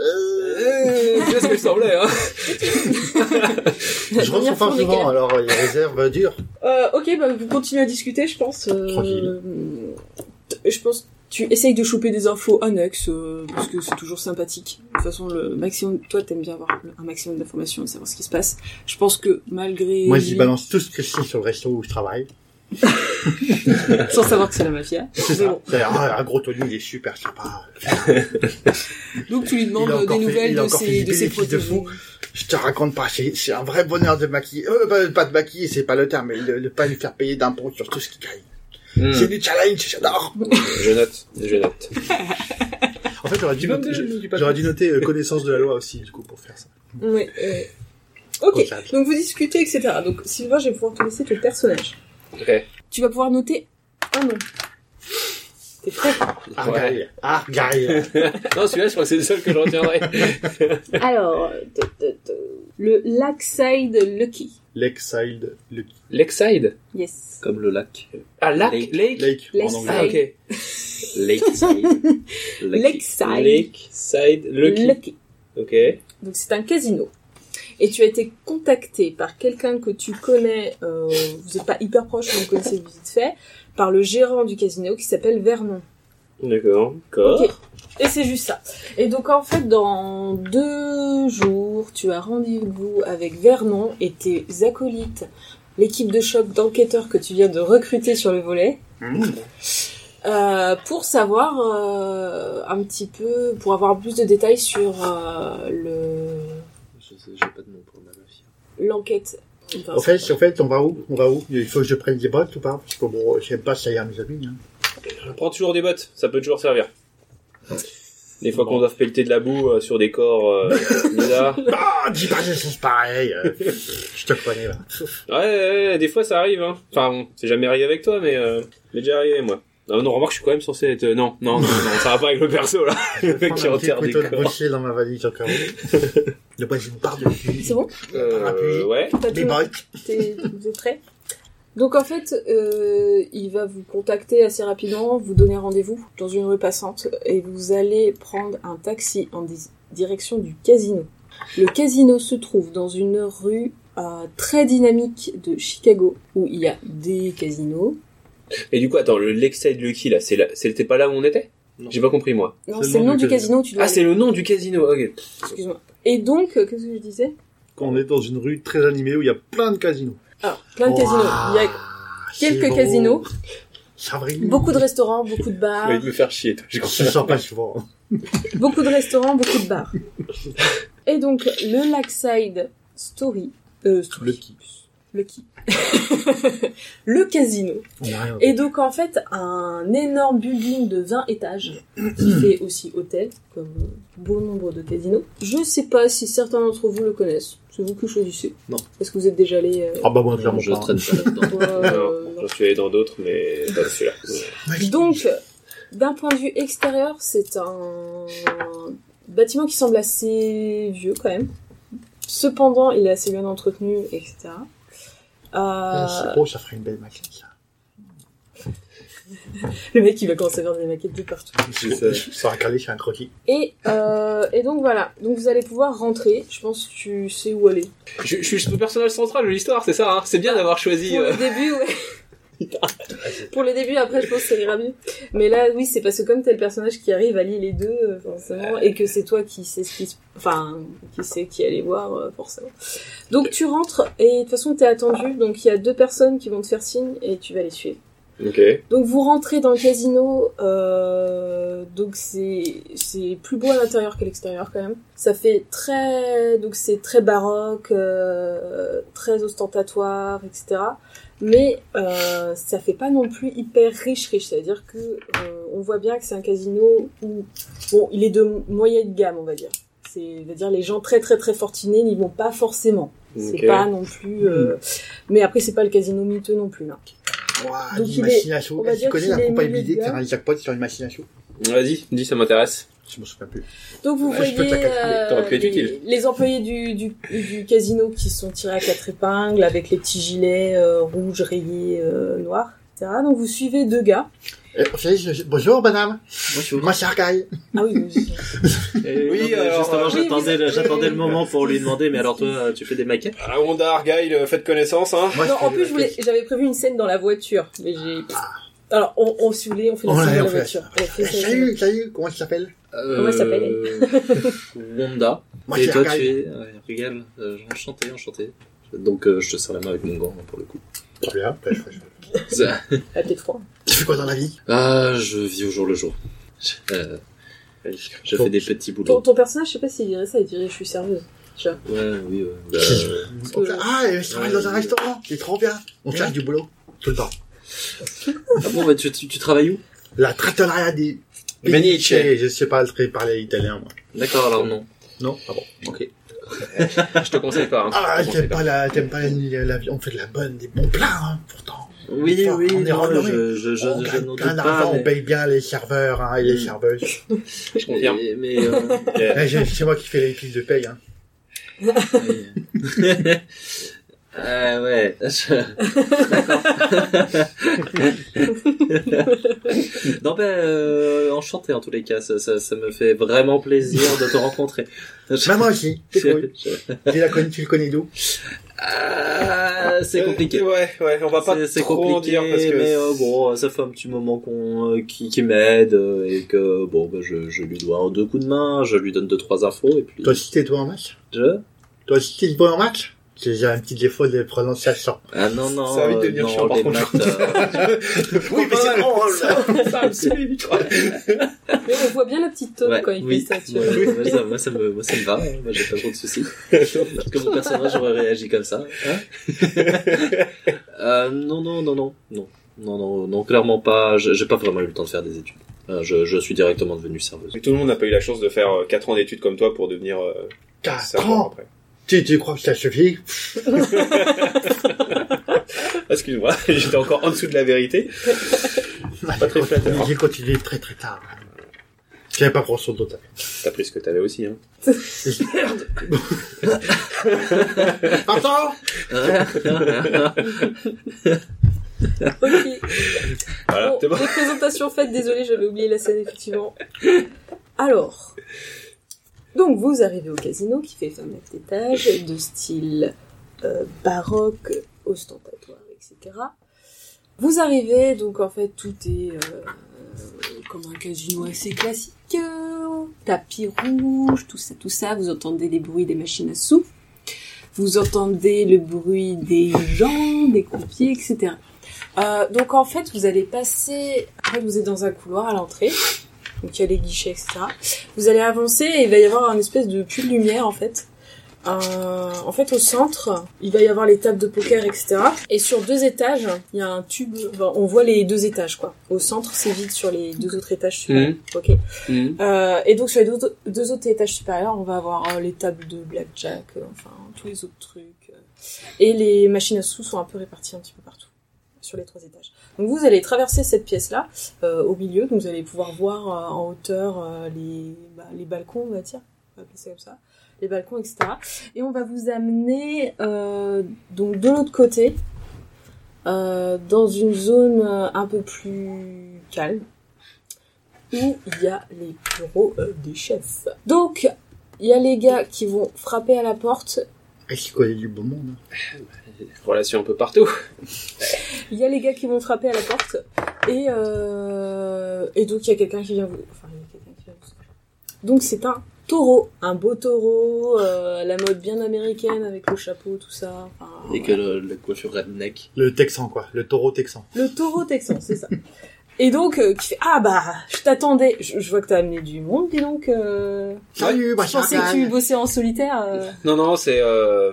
[SPEAKER 5] Euh, C'est ce que je semblais, hein.
[SPEAKER 7] Je reçois pas souvent, alors euh, les réserves dures.
[SPEAKER 3] Euh, ok, bah, vous continuez à discuter, je pense. Euh,
[SPEAKER 7] Tranquille.
[SPEAKER 3] t- Je pense que tu essayes de choper des infos annexes, euh, parce que c'est toujours sympathique. De toute façon, le maximum, toi, t'aimes bien avoir le- un maximum d'informations et savoir ce qui se passe. Je pense que malgré...
[SPEAKER 7] Moi,
[SPEAKER 3] lui,
[SPEAKER 7] j'y balance tout ce que je bah sais sur le resto où je travaille.
[SPEAKER 3] Sans savoir que c'est la mafia. Mais bon.
[SPEAKER 7] C'est un, un gros Tony, il est super sympa.
[SPEAKER 3] Donc tu lui demandes
[SPEAKER 7] Il a
[SPEAKER 3] euh,
[SPEAKER 7] encore
[SPEAKER 3] des
[SPEAKER 7] fait-
[SPEAKER 3] nouvelles
[SPEAKER 7] il a
[SPEAKER 3] de
[SPEAKER 7] encore
[SPEAKER 3] ses,
[SPEAKER 7] fait
[SPEAKER 3] de ses
[SPEAKER 7] des bêtises de
[SPEAKER 3] protégés.
[SPEAKER 7] fou. Je te raconte pas, c'est c'est un vrai bonheur de maquiller. Euh, pas, pas de maquiller, c'est pas le terme, mais de ne pas lui faire payer d'impôts sur tout ce qu'il gagne. C'est du challenge, j'adore.
[SPEAKER 5] Je note, je note.
[SPEAKER 7] En fait, j'aurais dû,
[SPEAKER 5] vas
[SPEAKER 7] noter-
[SPEAKER 5] me-
[SPEAKER 7] je-
[SPEAKER 5] tu vas-
[SPEAKER 7] j'aurais dû noter euh, connaissance de la loi aussi, du coup, pour faire ça.
[SPEAKER 3] Ouais, ouais. Ok,
[SPEAKER 7] Comptable.
[SPEAKER 3] donc vous discutez, etc. Donc Sylvain, je vais pouvoir te laisser ton personnage.
[SPEAKER 5] Ok.
[SPEAKER 3] Tu vas pouvoir noter un nom. T'es prêt
[SPEAKER 7] Argyle. Argyle.
[SPEAKER 5] Non, celui-là, je crois que c'est le seul que je retiendrai.
[SPEAKER 3] Alors, te- te- te- le Lakeside Lucky.
[SPEAKER 7] Lakeside Lucky.
[SPEAKER 5] Lakeside.
[SPEAKER 3] Yes.
[SPEAKER 6] Comme le lac.
[SPEAKER 5] Ah, lac,
[SPEAKER 6] Lake.
[SPEAKER 5] lake.
[SPEAKER 7] Lake, en
[SPEAKER 3] Lakeside.
[SPEAKER 7] anglais.
[SPEAKER 5] Ah, ok.
[SPEAKER 6] Lakeside.
[SPEAKER 3] Lakeside
[SPEAKER 5] Lakeside, Lucky.
[SPEAKER 3] Lucky.
[SPEAKER 5] Ok.
[SPEAKER 3] Donc c'est un casino. Et tu as été contacté par quelqu'un que tu connais, euh, vous n'êtes pas hyper proche, vous le connaissez vite fait, par le gérant du casino qui s'appelle Vernon.
[SPEAKER 5] D'accord. D'accord.
[SPEAKER 3] Ok. Et c'est juste ça. Et donc en fait, dans deux jours, tu as rendez-vous avec Vernon et tes acolytes, l'équipe de choc d'enquêteurs que tu viens de recruter sur le volet.
[SPEAKER 7] Mmh.
[SPEAKER 3] Euh, pour savoir euh, un petit peu, pour avoir plus de détails sur euh, le
[SPEAKER 6] Je sais, j'ai pas de nom pour ma mafia.
[SPEAKER 3] l'enquête. Enfin,
[SPEAKER 7] En fait, en fait, on va où On va où Il faut que je prenne des bottes ou pas Parce que bon, j'aime pas salir mes amis. Hein.
[SPEAKER 5] On prend toujours des bottes, ça peut toujours servir. Des fois qu'on doit pelleter de la boue euh, sur des corps euh, bizarres. Ouais,
[SPEAKER 7] Ah, dis pas des choses pareilles. euh, je te connais là.
[SPEAKER 5] ouais, ouais, des fois ça arrive. Hein. Enfin, bon, c'est jamais arrivé avec toi, mais euh, m'est déjà arrivé moi. Ah, Non, non, remarque, je suis quand même censé être. euh, Non, non, non, non, ça va pas avec le perso là. Le mec qui
[SPEAKER 7] Prendre un petit
[SPEAKER 5] enterre des
[SPEAKER 7] couteau de
[SPEAKER 5] corps.
[SPEAKER 7] boucher dans ma valise au cas où. Le bois, une barre de
[SPEAKER 3] c'est bon
[SPEAKER 5] Euh, ouais.
[SPEAKER 3] T'as
[SPEAKER 7] Mes
[SPEAKER 3] tout-
[SPEAKER 7] bottes.
[SPEAKER 3] t'es- Vous êtes prêts Donc en fait, euh, il va vous contacter assez rapidement, vous donner rendez-vous dans une rue passante et vous allez prendre un taxi en di- direction du casino. Le casino se trouve dans une rue euh, très dynamique de Chicago où il y a des casinos.
[SPEAKER 5] Et du coup, attends, le Lakeside Lucky là, c'est là- c'était pas là où on était
[SPEAKER 6] Non.
[SPEAKER 5] J'ai pas compris moi.
[SPEAKER 3] Non, c'est le nom du casino, où tu dois
[SPEAKER 5] Ah, c'est
[SPEAKER 3] aller.
[SPEAKER 5] le nom du casino, ok.
[SPEAKER 3] Excuse-moi. Et donc, euh, qu'est-ce que je disais
[SPEAKER 7] Quand on est dans une rue très animée où il y a plein de casinos.
[SPEAKER 3] Alors, Ah, plein de casinos. Il y a quelques casinos.
[SPEAKER 7] Ça brille.
[SPEAKER 3] Beaucoup de restaurants, beaucoup de bars.
[SPEAKER 5] Ah. me faire chier, toi, j'ai
[SPEAKER 7] Je sors pas souvent.
[SPEAKER 3] beaucoup de restaurants, beaucoup de bars. Et donc, le Lakeside Story. Euh, story.
[SPEAKER 6] Le qui
[SPEAKER 3] Le qui Le casino.
[SPEAKER 6] On a rien.
[SPEAKER 3] Et donc en fait, un énorme building de 20 étages qui fait aussi hôtel, comme euh, bon nombre de casinos. Je sais pas si certains d'entre vous le connaissent. C'est vous qui choisissez.
[SPEAKER 6] Non.
[SPEAKER 3] Est-ce que vous êtes déjà allé euh,
[SPEAKER 6] Ah bah moi clairement je
[SPEAKER 3] pas.
[SPEAKER 6] traîne pas là-dedans.
[SPEAKER 3] toi, euh,
[SPEAKER 5] Non,
[SPEAKER 3] non.
[SPEAKER 5] j'en suis allé dans d'autres, mais bah, pas celui-là.
[SPEAKER 3] Donc, d'un point de vue extérieur, c'est un bâtiment qui semble assez vieux quand même. Cependant, il est assez bien entretenu, etc. Euh,
[SPEAKER 7] C'est beau, ça ferait une belle maquette, ça.
[SPEAKER 3] le mec, il va commencer à faire des maquettes de partout.
[SPEAKER 5] C'est ça.
[SPEAKER 7] Ça aurait calé sur un croquis.
[SPEAKER 3] Et, euh, et donc voilà, donc vous allez pouvoir rentrer. Je pense que tu sais où aller.
[SPEAKER 5] Je, je suis juste le personnage central de l'histoire, c'est ça, hein. C'est bien d'avoir choisi.
[SPEAKER 3] Pour
[SPEAKER 5] euh,
[SPEAKER 3] le début, ouais. Pour le début, après, je pense que ça ira mieux. Mais là, oui, c'est parce que comme t'es le personnage qui arrive à lier les deux, euh, forcément, et que c'est toi qui sais ce qui se... Enfin, qui sait qui aller voir, euh, forcément. Donc tu rentres, et de toute façon, t'es attendu, donc il y a deux personnes qui vont te faire signe, et tu vas les suivre.
[SPEAKER 5] Ok.
[SPEAKER 3] Donc vous rentrez dans le casino, euh, donc c'est c'est plus beau à l'intérieur qu'à l'extérieur quand même. Ça fait très donc c'est très baroque, euh, très ostentatoire, etc. Mais euh, ça fait pas non plus hyper riche riche, c'est-à-dire que euh, on voit bien que c'est un casino où bon il est de moyenne gamme on va dire. C'est à dire les gens très très très fortunés n'y vont pas forcément. C'est
[SPEAKER 5] Ok.
[SPEAKER 3] pas non plus. euh, Mais après c'est pas le casino miteux non plus. Hein.
[SPEAKER 7] Ouah,
[SPEAKER 3] Donc,
[SPEAKER 7] une
[SPEAKER 3] il est-
[SPEAKER 7] machine à sous.
[SPEAKER 3] on va
[SPEAKER 7] Est-ce que
[SPEAKER 3] dire
[SPEAKER 7] tu connais
[SPEAKER 3] qu'il
[SPEAKER 7] la
[SPEAKER 3] est
[SPEAKER 7] probabilité
[SPEAKER 3] milieu de
[SPEAKER 7] de faire
[SPEAKER 3] gamme.
[SPEAKER 7] un jackpot sur une machine à sous
[SPEAKER 5] Vas-y, dis, ça m'intéresse.
[SPEAKER 7] Je m'en souviens plus.
[SPEAKER 3] Donc vous
[SPEAKER 7] Ouais, je peux te
[SPEAKER 3] voyez
[SPEAKER 7] la calculer.
[SPEAKER 3] euh,
[SPEAKER 5] T'aurais pu être
[SPEAKER 3] les,
[SPEAKER 5] utile.
[SPEAKER 3] les employés du, du, du casino qui sont tirés à quatre épingles avec les petits gilets euh, rouges, rayés, euh, noirs, etc. Donc vous suivez deux gars.
[SPEAKER 7] Eh, vous savez, je- je- Bonjour, madame. Moi, c'est Arcaille.
[SPEAKER 3] Ah oui, oui,
[SPEAKER 5] Oui,
[SPEAKER 6] oui,
[SPEAKER 5] alors,
[SPEAKER 6] juste avant,
[SPEAKER 5] euh,
[SPEAKER 6] j'attendais,
[SPEAKER 3] oui, vous-
[SPEAKER 6] j'attendais le moment pour lui demander, mais alors toi, tu fais des maquettes
[SPEAKER 5] Ah, Honda, Argyle, euh, faites connaissance, hein.
[SPEAKER 7] Moi,
[SPEAKER 3] non,
[SPEAKER 7] c'est
[SPEAKER 3] en plus
[SPEAKER 7] la
[SPEAKER 3] je voulais- j'avais prévu une scène dans la voiture, mais j'ai... Alors on, on si vous voulez, on fait la
[SPEAKER 7] On
[SPEAKER 3] scène
[SPEAKER 7] l'a-
[SPEAKER 3] dans
[SPEAKER 7] on
[SPEAKER 3] la
[SPEAKER 7] fait la-
[SPEAKER 3] voiture. On fait
[SPEAKER 7] Eh,
[SPEAKER 3] ça.
[SPEAKER 7] Salut, salut, comment tu t'appelles
[SPEAKER 6] Comment
[SPEAKER 3] Comment elle s'appelle,
[SPEAKER 6] Euh, Wanda.
[SPEAKER 7] Moi,
[SPEAKER 6] Et
[SPEAKER 7] c'est
[SPEAKER 6] toi, tu
[SPEAKER 7] Arcaille.
[SPEAKER 6] es... ouais, Regal, euh, enchanté, enchanté. Donc euh, je te serre la main avec mon gant, pour le coup.
[SPEAKER 7] Très bien. Ben, je- je-
[SPEAKER 6] Ça-
[SPEAKER 3] Ah, peut-être froid.
[SPEAKER 7] Tu fais quoi dans la vie
[SPEAKER 6] ah, je vis au jour le jour. Euh, je fais des petits
[SPEAKER 3] Ton,
[SPEAKER 6] boulots.
[SPEAKER 3] ton personnage, je sais pas s'il dirait ça, il dirait je suis sérieuse.
[SPEAKER 6] Ouais, oui, ouais. Bah,
[SPEAKER 3] Parce
[SPEAKER 7] Oh,
[SPEAKER 3] que-
[SPEAKER 7] putain, Ah, euh, je travaille
[SPEAKER 6] Ouais,
[SPEAKER 7] dans un
[SPEAKER 6] oui.
[SPEAKER 7] restaurant. C'est trop bien. On cherche du boulot. Tout le temps.
[SPEAKER 6] ah bon, bah, tu, tu, tu travailles où
[SPEAKER 7] La trattoria des...
[SPEAKER 6] Maniche.
[SPEAKER 7] Je sais pas très parler italien, moi.
[SPEAKER 6] D'accord, alors non.
[SPEAKER 7] Non Ah bon.
[SPEAKER 5] Je te conseille pas, hein.
[SPEAKER 7] Ah,
[SPEAKER 5] Je te
[SPEAKER 7] t'aimes
[SPEAKER 5] conseille
[SPEAKER 7] pas la... T'aimes pas la, la, la vie. On fait de la bonne, des bons plats, hein, pourtant.
[SPEAKER 6] Oui,
[SPEAKER 7] Enfin,
[SPEAKER 6] oui,
[SPEAKER 7] on est
[SPEAKER 6] non,
[SPEAKER 7] renommé.
[SPEAKER 6] je, je, je,
[SPEAKER 7] on
[SPEAKER 6] je
[SPEAKER 7] gagne
[SPEAKER 6] n'en
[SPEAKER 7] plein
[SPEAKER 6] doute
[SPEAKER 7] d'argent,
[SPEAKER 6] pas.
[SPEAKER 7] on
[SPEAKER 6] Mais,
[SPEAKER 7] paye bien les serveurs hein, et les
[SPEAKER 6] Mm.
[SPEAKER 7] serveuses.
[SPEAKER 5] Je confirme.
[SPEAKER 6] mais, mais, euh,
[SPEAKER 7] Eh, j'ai- c'est moi qui fais les fiches de paye. Hein.
[SPEAKER 6] Oui. Ah ouais. Je- D'accord. non ben euh, enchanté en tous les cas. Ça, ça, ça me fait vraiment plaisir de te rencontrer. Je-
[SPEAKER 7] Maman Bah, aussi, t'es cool.
[SPEAKER 6] je-
[SPEAKER 7] Tu, la connais, tu le connais d'où
[SPEAKER 6] Ah, c'est
[SPEAKER 5] Euh,
[SPEAKER 6] compliqué.
[SPEAKER 5] Ouais, ouais, on va pas
[SPEAKER 6] C'est- C'est
[SPEAKER 5] trop
[SPEAKER 6] compliqué,
[SPEAKER 5] en dire parce que.
[SPEAKER 6] mais euh, bon, ça fait un petit moment qu'on euh, qui, qui m'aide euh, et que bon, ben, je, je lui dois un deux coups de main, je lui donne deux trois infos et puis
[SPEAKER 7] Toi aussi, t'es doué en maths
[SPEAKER 6] je
[SPEAKER 7] Toi aussi, t'es doué en maths J'ai j'ai un petit défaut de prononciation.
[SPEAKER 6] ah non non
[SPEAKER 5] Ça évite de
[SPEAKER 6] euh,
[SPEAKER 5] devenir
[SPEAKER 6] non,
[SPEAKER 5] chiant, par
[SPEAKER 6] les
[SPEAKER 5] contre.
[SPEAKER 6] maths, euh,
[SPEAKER 7] oui, mais c'est drôle
[SPEAKER 3] Mais on voit bien la petite taupe quand il fait ça, tu vois.
[SPEAKER 6] Moi, moi, ça, moi, ça me, moi, ça me va. hein, Moi, j'ai pas trop de soucis. Parce que mon personnage aurait réagi comme ça. hein Euh, non, non, non, non, non, non, non, non, clairement pas. J'ai j'ai pas vraiment eu le temps de faire des études. Euh, je, je suis directement devenu serveuse.
[SPEAKER 5] Mais tout le monde n'a pas eu la chance de faire 4 ans d'études comme toi pour devenir euh,
[SPEAKER 7] Quatre
[SPEAKER 5] serveur
[SPEAKER 7] ans
[SPEAKER 5] après.
[SPEAKER 7] tu, tu crois que ça suffit
[SPEAKER 5] Ah, Excuse-moi, j'étais encore en dessous de la vérité.
[SPEAKER 7] Pas
[SPEAKER 5] très flatteur.
[SPEAKER 7] J'ai continué très très tard. J'avais pas conscience de ta
[SPEAKER 5] T'as pris ce que t'avais aussi, hein.
[SPEAKER 7] Attends
[SPEAKER 3] Ok.
[SPEAKER 5] Voilà,
[SPEAKER 3] Bon,
[SPEAKER 5] t'es bon.
[SPEAKER 3] les présentations faites, désolé, j'avais oublié la scène, effectivement. Alors. Donc, vous arrivez au casino qui fait 29 étages, de style euh, baroque, ostentatoire, etc. Vous arrivez, donc en fait, tout est euh, euh, comme un casino assez classique. euh, tapis rouge, tout ça, tout ça. Vous entendez les bruits des machines à sous. Vous entendez le bruit des gens, des croupiers, etc. Euh, donc en fait, vous allez passer. En fait, vous êtes dans un couloir à l'entrée. Donc il y a les guichets, etc. Vous allez avancer et il va y avoir un espèce de puits de lumière en fait. Euh, en fait, au centre, il va y avoir les tables de poker, etc. Et sur deux étages, il y a un tube. enfin, on voit les deux étages, quoi. Au centre, c'est vide sur les deux autres étages supérieurs. Ok.
[SPEAKER 5] Mhm.
[SPEAKER 3] Euh, et donc sur les deux, deux autres étages supérieurs, on va avoir euh, les tables de blackjack, euh, enfin tous les autres trucs. euh. Et les machines à sous sont un peu réparties un petit peu partout sur les trois étages. Donc vous allez traverser cette pièce-là euh, au milieu, donc vous allez pouvoir voir euh, en hauteur euh, les, bah, les balcons, on va dire, on va appeler ça comme ça, les balcons, etc. Et on va vous amener euh, donc de l'autre côté, euh, dans une zone euh, un peu plus calme, où il y a les bureaux euh, des chefs. Donc, il y a les gars qui vont frapper à la porte,
[SPEAKER 7] Et qui connaît du beau monde. hein.
[SPEAKER 5] Relation un peu partout.
[SPEAKER 3] il y a les gars qui vont frapper à la porte, et, euh, et donc il y a quelqu'un qui vient vous... Enfin, il y a quelqu'un qui vient vous- Donc c'est un taureau, un beau taureau, euh, la mode bien américaine avec le chapeau, tout ça. enfin,
[SPEAKER 6] Et que le- la coiffure redneck.
[SPEAKER 7] Le Texan, quoi. Le taureau Texan.
[SPEAKER 3] Le taureau texan, c'est ça. Et donc, euh, qui fait Ah bah, je t'attendais. Je, je vois que t'as amené du monde, dis donc. Euh...
[SPEAKER 7] Salut, ma
[SPEAKER 3] Je pensais que tu
[SPEAKER 7] chère
[SPEAKER 3] bossais en solitaire. euh.
[SPEAKER 5] Non, non, c'est. Euh...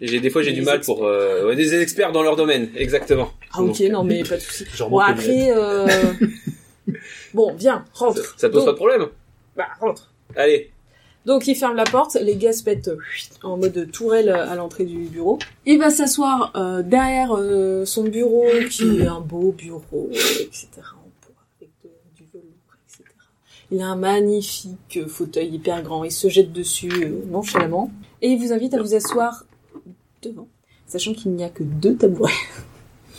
[SPEAKER 5] J'ai des fois j'ai
[SPEAKER 3] Des
[SPEAKER 5] du mal
[SPEAKER 3] experts.
[SPEAKER 5] pour euh, ouais, des experts dans leur domaine, exactement.
[SPEAKER 3] Ah ok,
[SPEAKER 5] Donc,
[SPEAKER 3] non mais pas de soucis.
[SPEAKER 7] Genre,
[SPEAKER 3] Bon, après. Euh... bon, viens,
[SPEAKER 5] ça,
[SPEAKER 3] rentre.
[SPEAKER 5] ça pose pas
[SPEAKER 3] donc,
[SPEAKER 5] de problème.
[SPEAKER 3] Bah, rentre.
[SPEAKER 5] Allez,
[SPEAKER 3] Donc, il ferme la porte, les gars se pètent euh, en mode tourelle à l'entrée du bureau. Il va s'asseoir euh, derrière euh, son bureau, qui est un beau bureau, euh, etc. En bois, avec de- du velours, etc. Il a un magnifique euh, fauteuil hyper grand. Il se jette dessus euh, nonchalamment. Et il vous invite à vous asseoir devant, sachant qu'il n'y a que deux tabourets.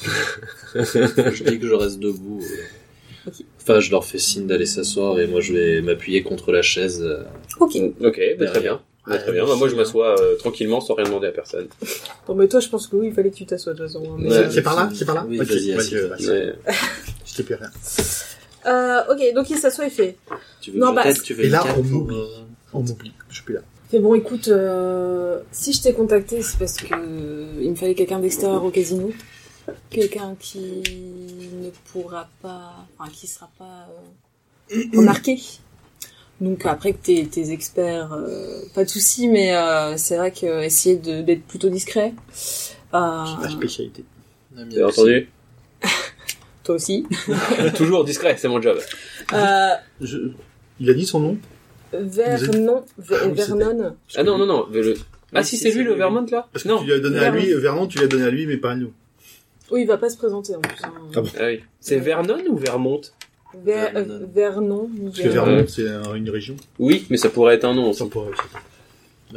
[SPEAKER 6] je dis que je reste debout. euh.
[SPEAKER 3] Ok.
[SPEAKER 6] Enfin, je leur fais signe d'aller s'asseoir et moi je vais m'appuyer contre la chaise. euh.
[SPEAKER 3] Ok.
[SPEAKER 5] ok, bah, très bien. Bah, très bien. Bah, moi je m'assois euh, tranquillement sans rien demander à personne.
[SPEAKER 3] Bon, mais toi, je pense que oui, il fallait que tu t'assoies de toute façon. hein, mais-
[SPEAKER 5] Ouais.
[SPEAKER 7] C'est par là C'est par là
[SPEAKER 6] Oui,
[SPEAKER 7] Ok,
[SPEAKER 6] vas-y,
[SPEAKER 7] moi,
[SPEAKER 6] assieds-toi.
[SPEAKER 7] je- vas-y.
[SPEAKER 5] Mais-
[SPEAKER 7] Je te plus rien.
[SPEAKER 3] Euh, ok, donc il s'assoit et fait.
[SPEAKER 6] Tu veux
[SPEAKER 3] Non,
[SPEAKER 6] que
[SPEAKER 3] bah,
[SPEAKER 6] je t'aide, tu veux
[SPEAKER 7] et
[SPEAKER 6] une
[SPEAKER 7] là,
[SPEAKER 6] cape
[SPEAKER 7] on
[SPEAKER 6] ou,
[SPEAKER 7] m'oublie.
[SPEAKER 6] euh,
[SPEAKER 7] On m'oublie. Je suis plus là.
[SPEAKER 3] Fait bon, écoute, euh, si je t'ai contacté, c'est parce que euh, il me fallait quelqu'un d'extérieur au casino, quelqu'un qui ne pourra pas, enfin qui sera pas euh, remarqué. Donc après que t'es, t'es expert, euh, pas de souci, mais euh, c'est vrai que essayer de, d'être plutôt discret. Euh,
[SPEAKER 7] C'est ma spécialité.
[SPEAKER 5] Vous avez entendu
[SPEAKER 3] toi aussi.
[SPEAKER 5] Toujours discret, c'est mon job.
[SPEAKER 3] Euh,
[SPEAKER 7] Je- Il a dit son nom
[SPEAKER 3] Vernon,
[SPEAKER 7] Ah oui, c'est-
[SPEAKER 3] Vernon.
[SPEAKER 5] Ah non, non, non. mais le- Ah
[SPEAKER 6] Oui,
[SPEAKER 5] si,
[SPEAKER 6] si,
[SPEAKER 5] c'est lui
[SPEAKER 6] c'est
[SPEAKER 5] le
[SPEAKER 6] lui.
[SPEAKER 5] Vermont là
[SPEAKER 7] Parce que
[SPEAKER 5] Non.
[SPEAKER 7] tu l'as donné à lui, euh, Vernon, tu l'as donné à lui, mais pas à nous.
[SPEAKER 3] Oui, il va pas se présenter en plus. hein.
[SPEAKER 7] Ah bon.
[SPEAKER 5] Ah oui. C'est Vernon ou Vermont
[SPEAKER 3] Ver-
[SPEAKER 6] Vernon.
[SPEAKER 3] euh, Vernon.
[SPEAKER 7] Parce que
[SPEAKER 3] Miguel.
[SPEAKER 7] Vernon, c'est euh, une région.
[SPEAKER 5] Oui, mais ça pourrait être un nom aussi.
[SPEAKER 7] Ça pourrait-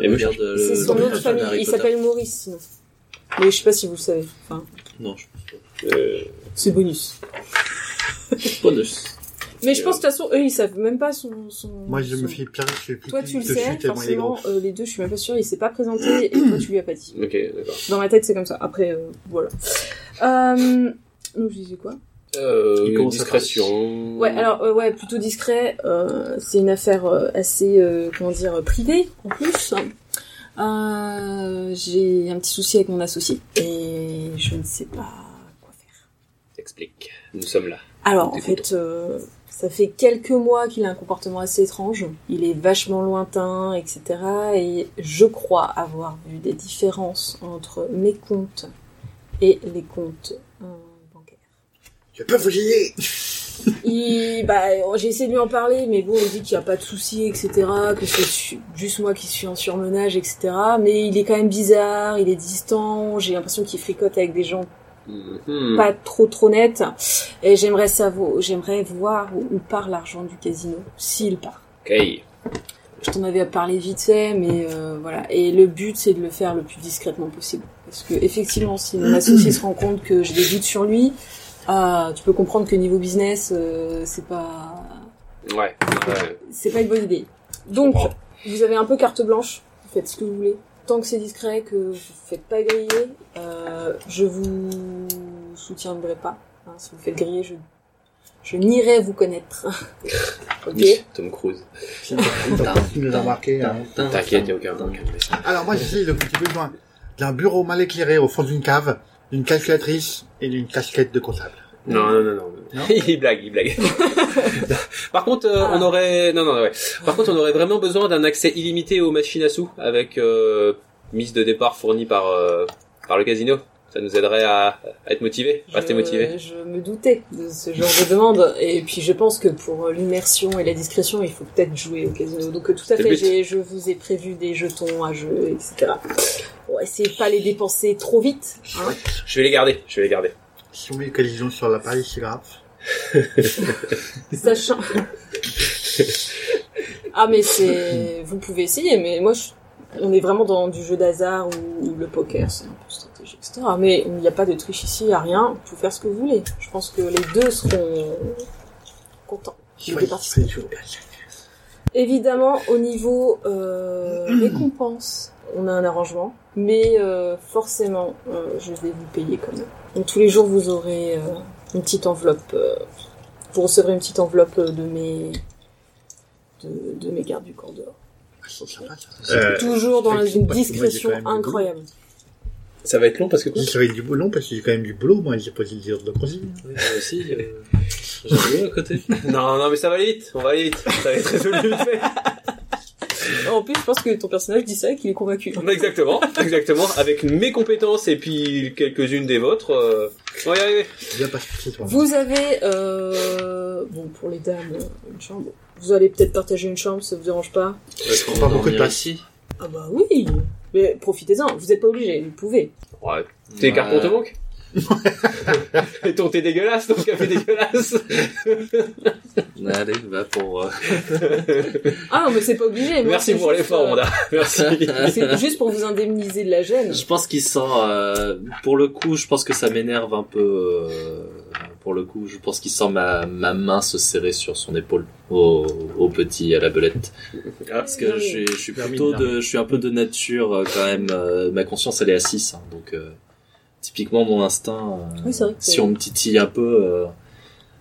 [SPEAKER 6] Et regarde, euh,
[SPEAKER 3] C'est
[SPEAKER 6] le-
[SPEAKER 3] son
[SPEAKER 6] le-
[SPEAKER 3] nom de
[SPEAKER 6] le-
[SPEAKER 3] famille.
[SPEAKER 6] Harry
[SPEAKER 3] Il
[SPEAKER 6] Potter.
[SPEAKER 3] s'appelle Maurice, sinon. Mais je sais pas si vous le savez. Enfin,
[SPEAKER 6] Non, je pense pas.
[SPEAKER 5] Euh,
[SPEAKER 3] c'est bonus.
[SPEAKER 6] Bonus.
[SPEAKER 3] Mais je pense de toute façon, eux, ils savent même pas son. son
[SPEAKER 7] Moi, je
[SPEAKER 3] son-
[SPEAKER 7] me fais pire, je fais plus
[SPEAKER 3] Toi,
[SPEAKER 7] petit
[SPEAKER 3] tu le
[SPEAKER 7] que je suis
[SPEAKER 3] sais,
[SPEAKER 7] tellement il est grand.
[SPEAKER 3] forcément, euh, les deux, je suis même pas sûre, il s'est pas présenté et toi, tu lui as pas dit.
[SPEAKER 5] Ok, d'accord.
[SPEAKER 3] Dans ma tête, c'est comme ça. Après, euh, voilà. Euh, donc, je disais quoi
[SPEAKER 6] Il
[SPEAKER 5] Euh,
[SPEAKER 6] commence à
[SPEAKER 5] discrétion.
[SPEAKER 3] Ouais, alors, euh, ouais, plutôt discret. euh, c'est une affaire euh, assez, euh, comment dire, privée, en plus. Euh, J'ai un petit souci avec mon associé et je ne sais pas quoi faire.
[SPEAKER 5] Explique. Nous sommes là.
[SPEAKER 3] Alors, en
[SPEAKER 5] Écoutons.
[SPEAKER 3] fait, euh, ça fait quelques mois qu'il a un comportement assez étrange. Il est vachement lointain, etc. Et je crois avoir vu des différences entre mes comptes et les comptes euh, bancaires.
[SPEAKER 7] Je peux vous aider
[SPEAKER 3] Il, bah, j'ai essayé de lui en parler, mais bon, il dit qu'il n'y a pas de souci, etc., que c'est su- juste moi qui suis en surmenage, etc. Mais il est quand même bizarre, il est distant, j'ai l'impression qu'il fricote avec des gens
[SPEAKER 5] Mhm.
[SPEAKER 3] pas trop trop nets. Et j'aimerais savoir, j'aimerais voir où, où part l'argent du casino, s'il part.
[SPEAKER 5] Ok.
[SPEAKER 3] Je t'en avais parlé vite fait, mais euh, voilà. Et le but, c'est de le faire le plus discrètement possible. Parce que effectivement, si mon associé se rend compte que j'ai des doutes sur lui, ah, tu peux comprendre que niveau business, euh, c'est pas
[SPEAKER 5] Ouais. ouais.
[SPEAKER 3] c'est pas une bonne idée. Donc, vous avez un peu carte blanche, vous faites ce que vous voulez. Tant que c'est discret, que vous ne faites pas griller, euh, je vous soutiendrai pas. hein. si vous faites griller, je, je n'irai vous connaître. ok
[SPEAKER 5] Oui, Tom Cruise.
[SPEAKER 7] Tu nous as marqué. hein.
[SPEAKER 5] T'inquiète, y'a aucun. aucun message.
[SPEAKER 7] Alors, moi, j'essaye de petit peu loin. D'un bureau mal éclairé au fond d'une cave, d'une calculatrice et d'une casquette de comptable.
[SPEAKER 5] Non, non, non, non. il blague, il blague. Par contre, euh, on aurait, non, non, ouais. Par contre, on aurait vraiment besoin d'un accès illimité aux machines à sous avec euh, mise de départ fournie par euh, par le casino. Ça nous aiderait à, à être motivé, rester motivé.
[SPEAKER 3] Je me doutais de ce genre de demande. Et puis je pense que pour euh, l'immersion et la discrétion, il faut peut-être jouer au casino. Donc euh, tout à
[SPEAKER 5] C'est le
[SPEAKER 3] fait,
[SPEAKER 5] but.
[SPEAKER 3] j'ai- je vous ai prévu des jetons à jeu, etc. Pour essayer de pas les dépenser trop vite. hein.
[SPEAKER 5] Je vais les garder, je vais les garder.
[SPEAKER 7] Si on met une collision sur la Paris, c'est grave.
[SPEAKER 3] Sachant. ah, mais c'est. Vous pouvez essayer, mais moi, je- on est vraiment dans du jeu d'hasard ou, ou le poker, c'est un peu stratégique, etc. Mais il n'y a pas de triche ici, il n'y a rien, vous pouvez faire ce que vous voulez. Je pense que les deux seront contents. de participer. Évidemment, au niveau euh, récompense, on a un arrangement, mais euh, forcément, euh, je vais vous payer quand même. Donc tous les jours, vous aurez euh, une petite enveloppe. euh, vous recevrez une petite enveloppe euh, de mes de, de mes gardes du corps dehors.
[SPEAKER 7] Euh,
[SPEAKER 3] Toujours dans
[SPEAKER 7] effectivement,
[SPEAKER 3] une
[SPEAKER 7] parce que moi, j'ai
[SPEAKER 3] discrétion
[SPEAKER 7] quand même du boulot.
[SPEAKER 3] incroyable.
[SPEAKER 5] Ça va être long parce que quoi
[SPEAKER 7] Ça va être du boulot, parce que j'ai quand même du boulot, moi, j'ai posé des ordres de consigne.
[SPEAKER 6] aussi, euh, j'ai à côté.
[SPEAKER 5] Non, non, mais ça va aller vite. On va aller vite. Ça va être résolu. vite fait.
[SPEAKER 3] En plus, je pense que ton personnage dit ça et qu'il est convaincu.
[SPEAKER 5] exactement, exactement. Avec mes compétences et puis quelques-unes des vôtres, euh, on va y arriver.
[SPEAKER 7] Bien parce que c'est toi.
[SPEAKER 3] Vous avez, euh, bon, pour les dames, euh, une chambre. Vous allez peut-être partager une chambre, ça vous dérange pas
[SPEAKER 7] prend pas beaucoup de place.
[SPEAKER 6] ici.
[SPEAKER 3] Ah bah oui Mais profitez-en, vous n'êtes pas obligé, vous pouvez.
[SPEAKER 5] Ouais. Tes cartons te manquent Et ton thé dégueulasse, ton café dégueulasse.
[SPEAKER 6] Allez, va pour. euh,
[SPEAKER 3] Ah non, mais c'est pas obligé. moi,
[SPEAKER 5] Merci
[SPEAKER 3] c'est
[SPEAKER 5] pour
[SPEAKER 3] juste,
[SPEAKER 5] l'effort,
[SPEAKER 3] euh,
[SPEAKER 5] Honda. Merci.
[SPEAKER 3] C'est juste pour vous indemniser de la gêne.
[SPEAKER 6] Je pense qu'il sent. euh, pour le coup, je pense que ça m'énerve un peu. euh, pour le coup, je pense qu'il sent ma, ma main se serrer sur son épaule au, au petit à la belette.
[SPEAKER 5] Ah,
[SPEAKER 6] Parce que je, suis- je suis
[SPEAKER 7] Permis
[SPEAKER 6] plutôt
[SPEAKER 7] de
[SPEAKER 6] de, je suis un peu de nature euh, quand même. euh, ma conscience, elle est à 6 donc euh, typiquement mon instinct. euh,
[SPEAKER 3] Oui, c'est vrai que
[SPEAKER 6] si
[SPEAKER 3] c'est-
[SPEAKER 6] on me titille un peu, euh,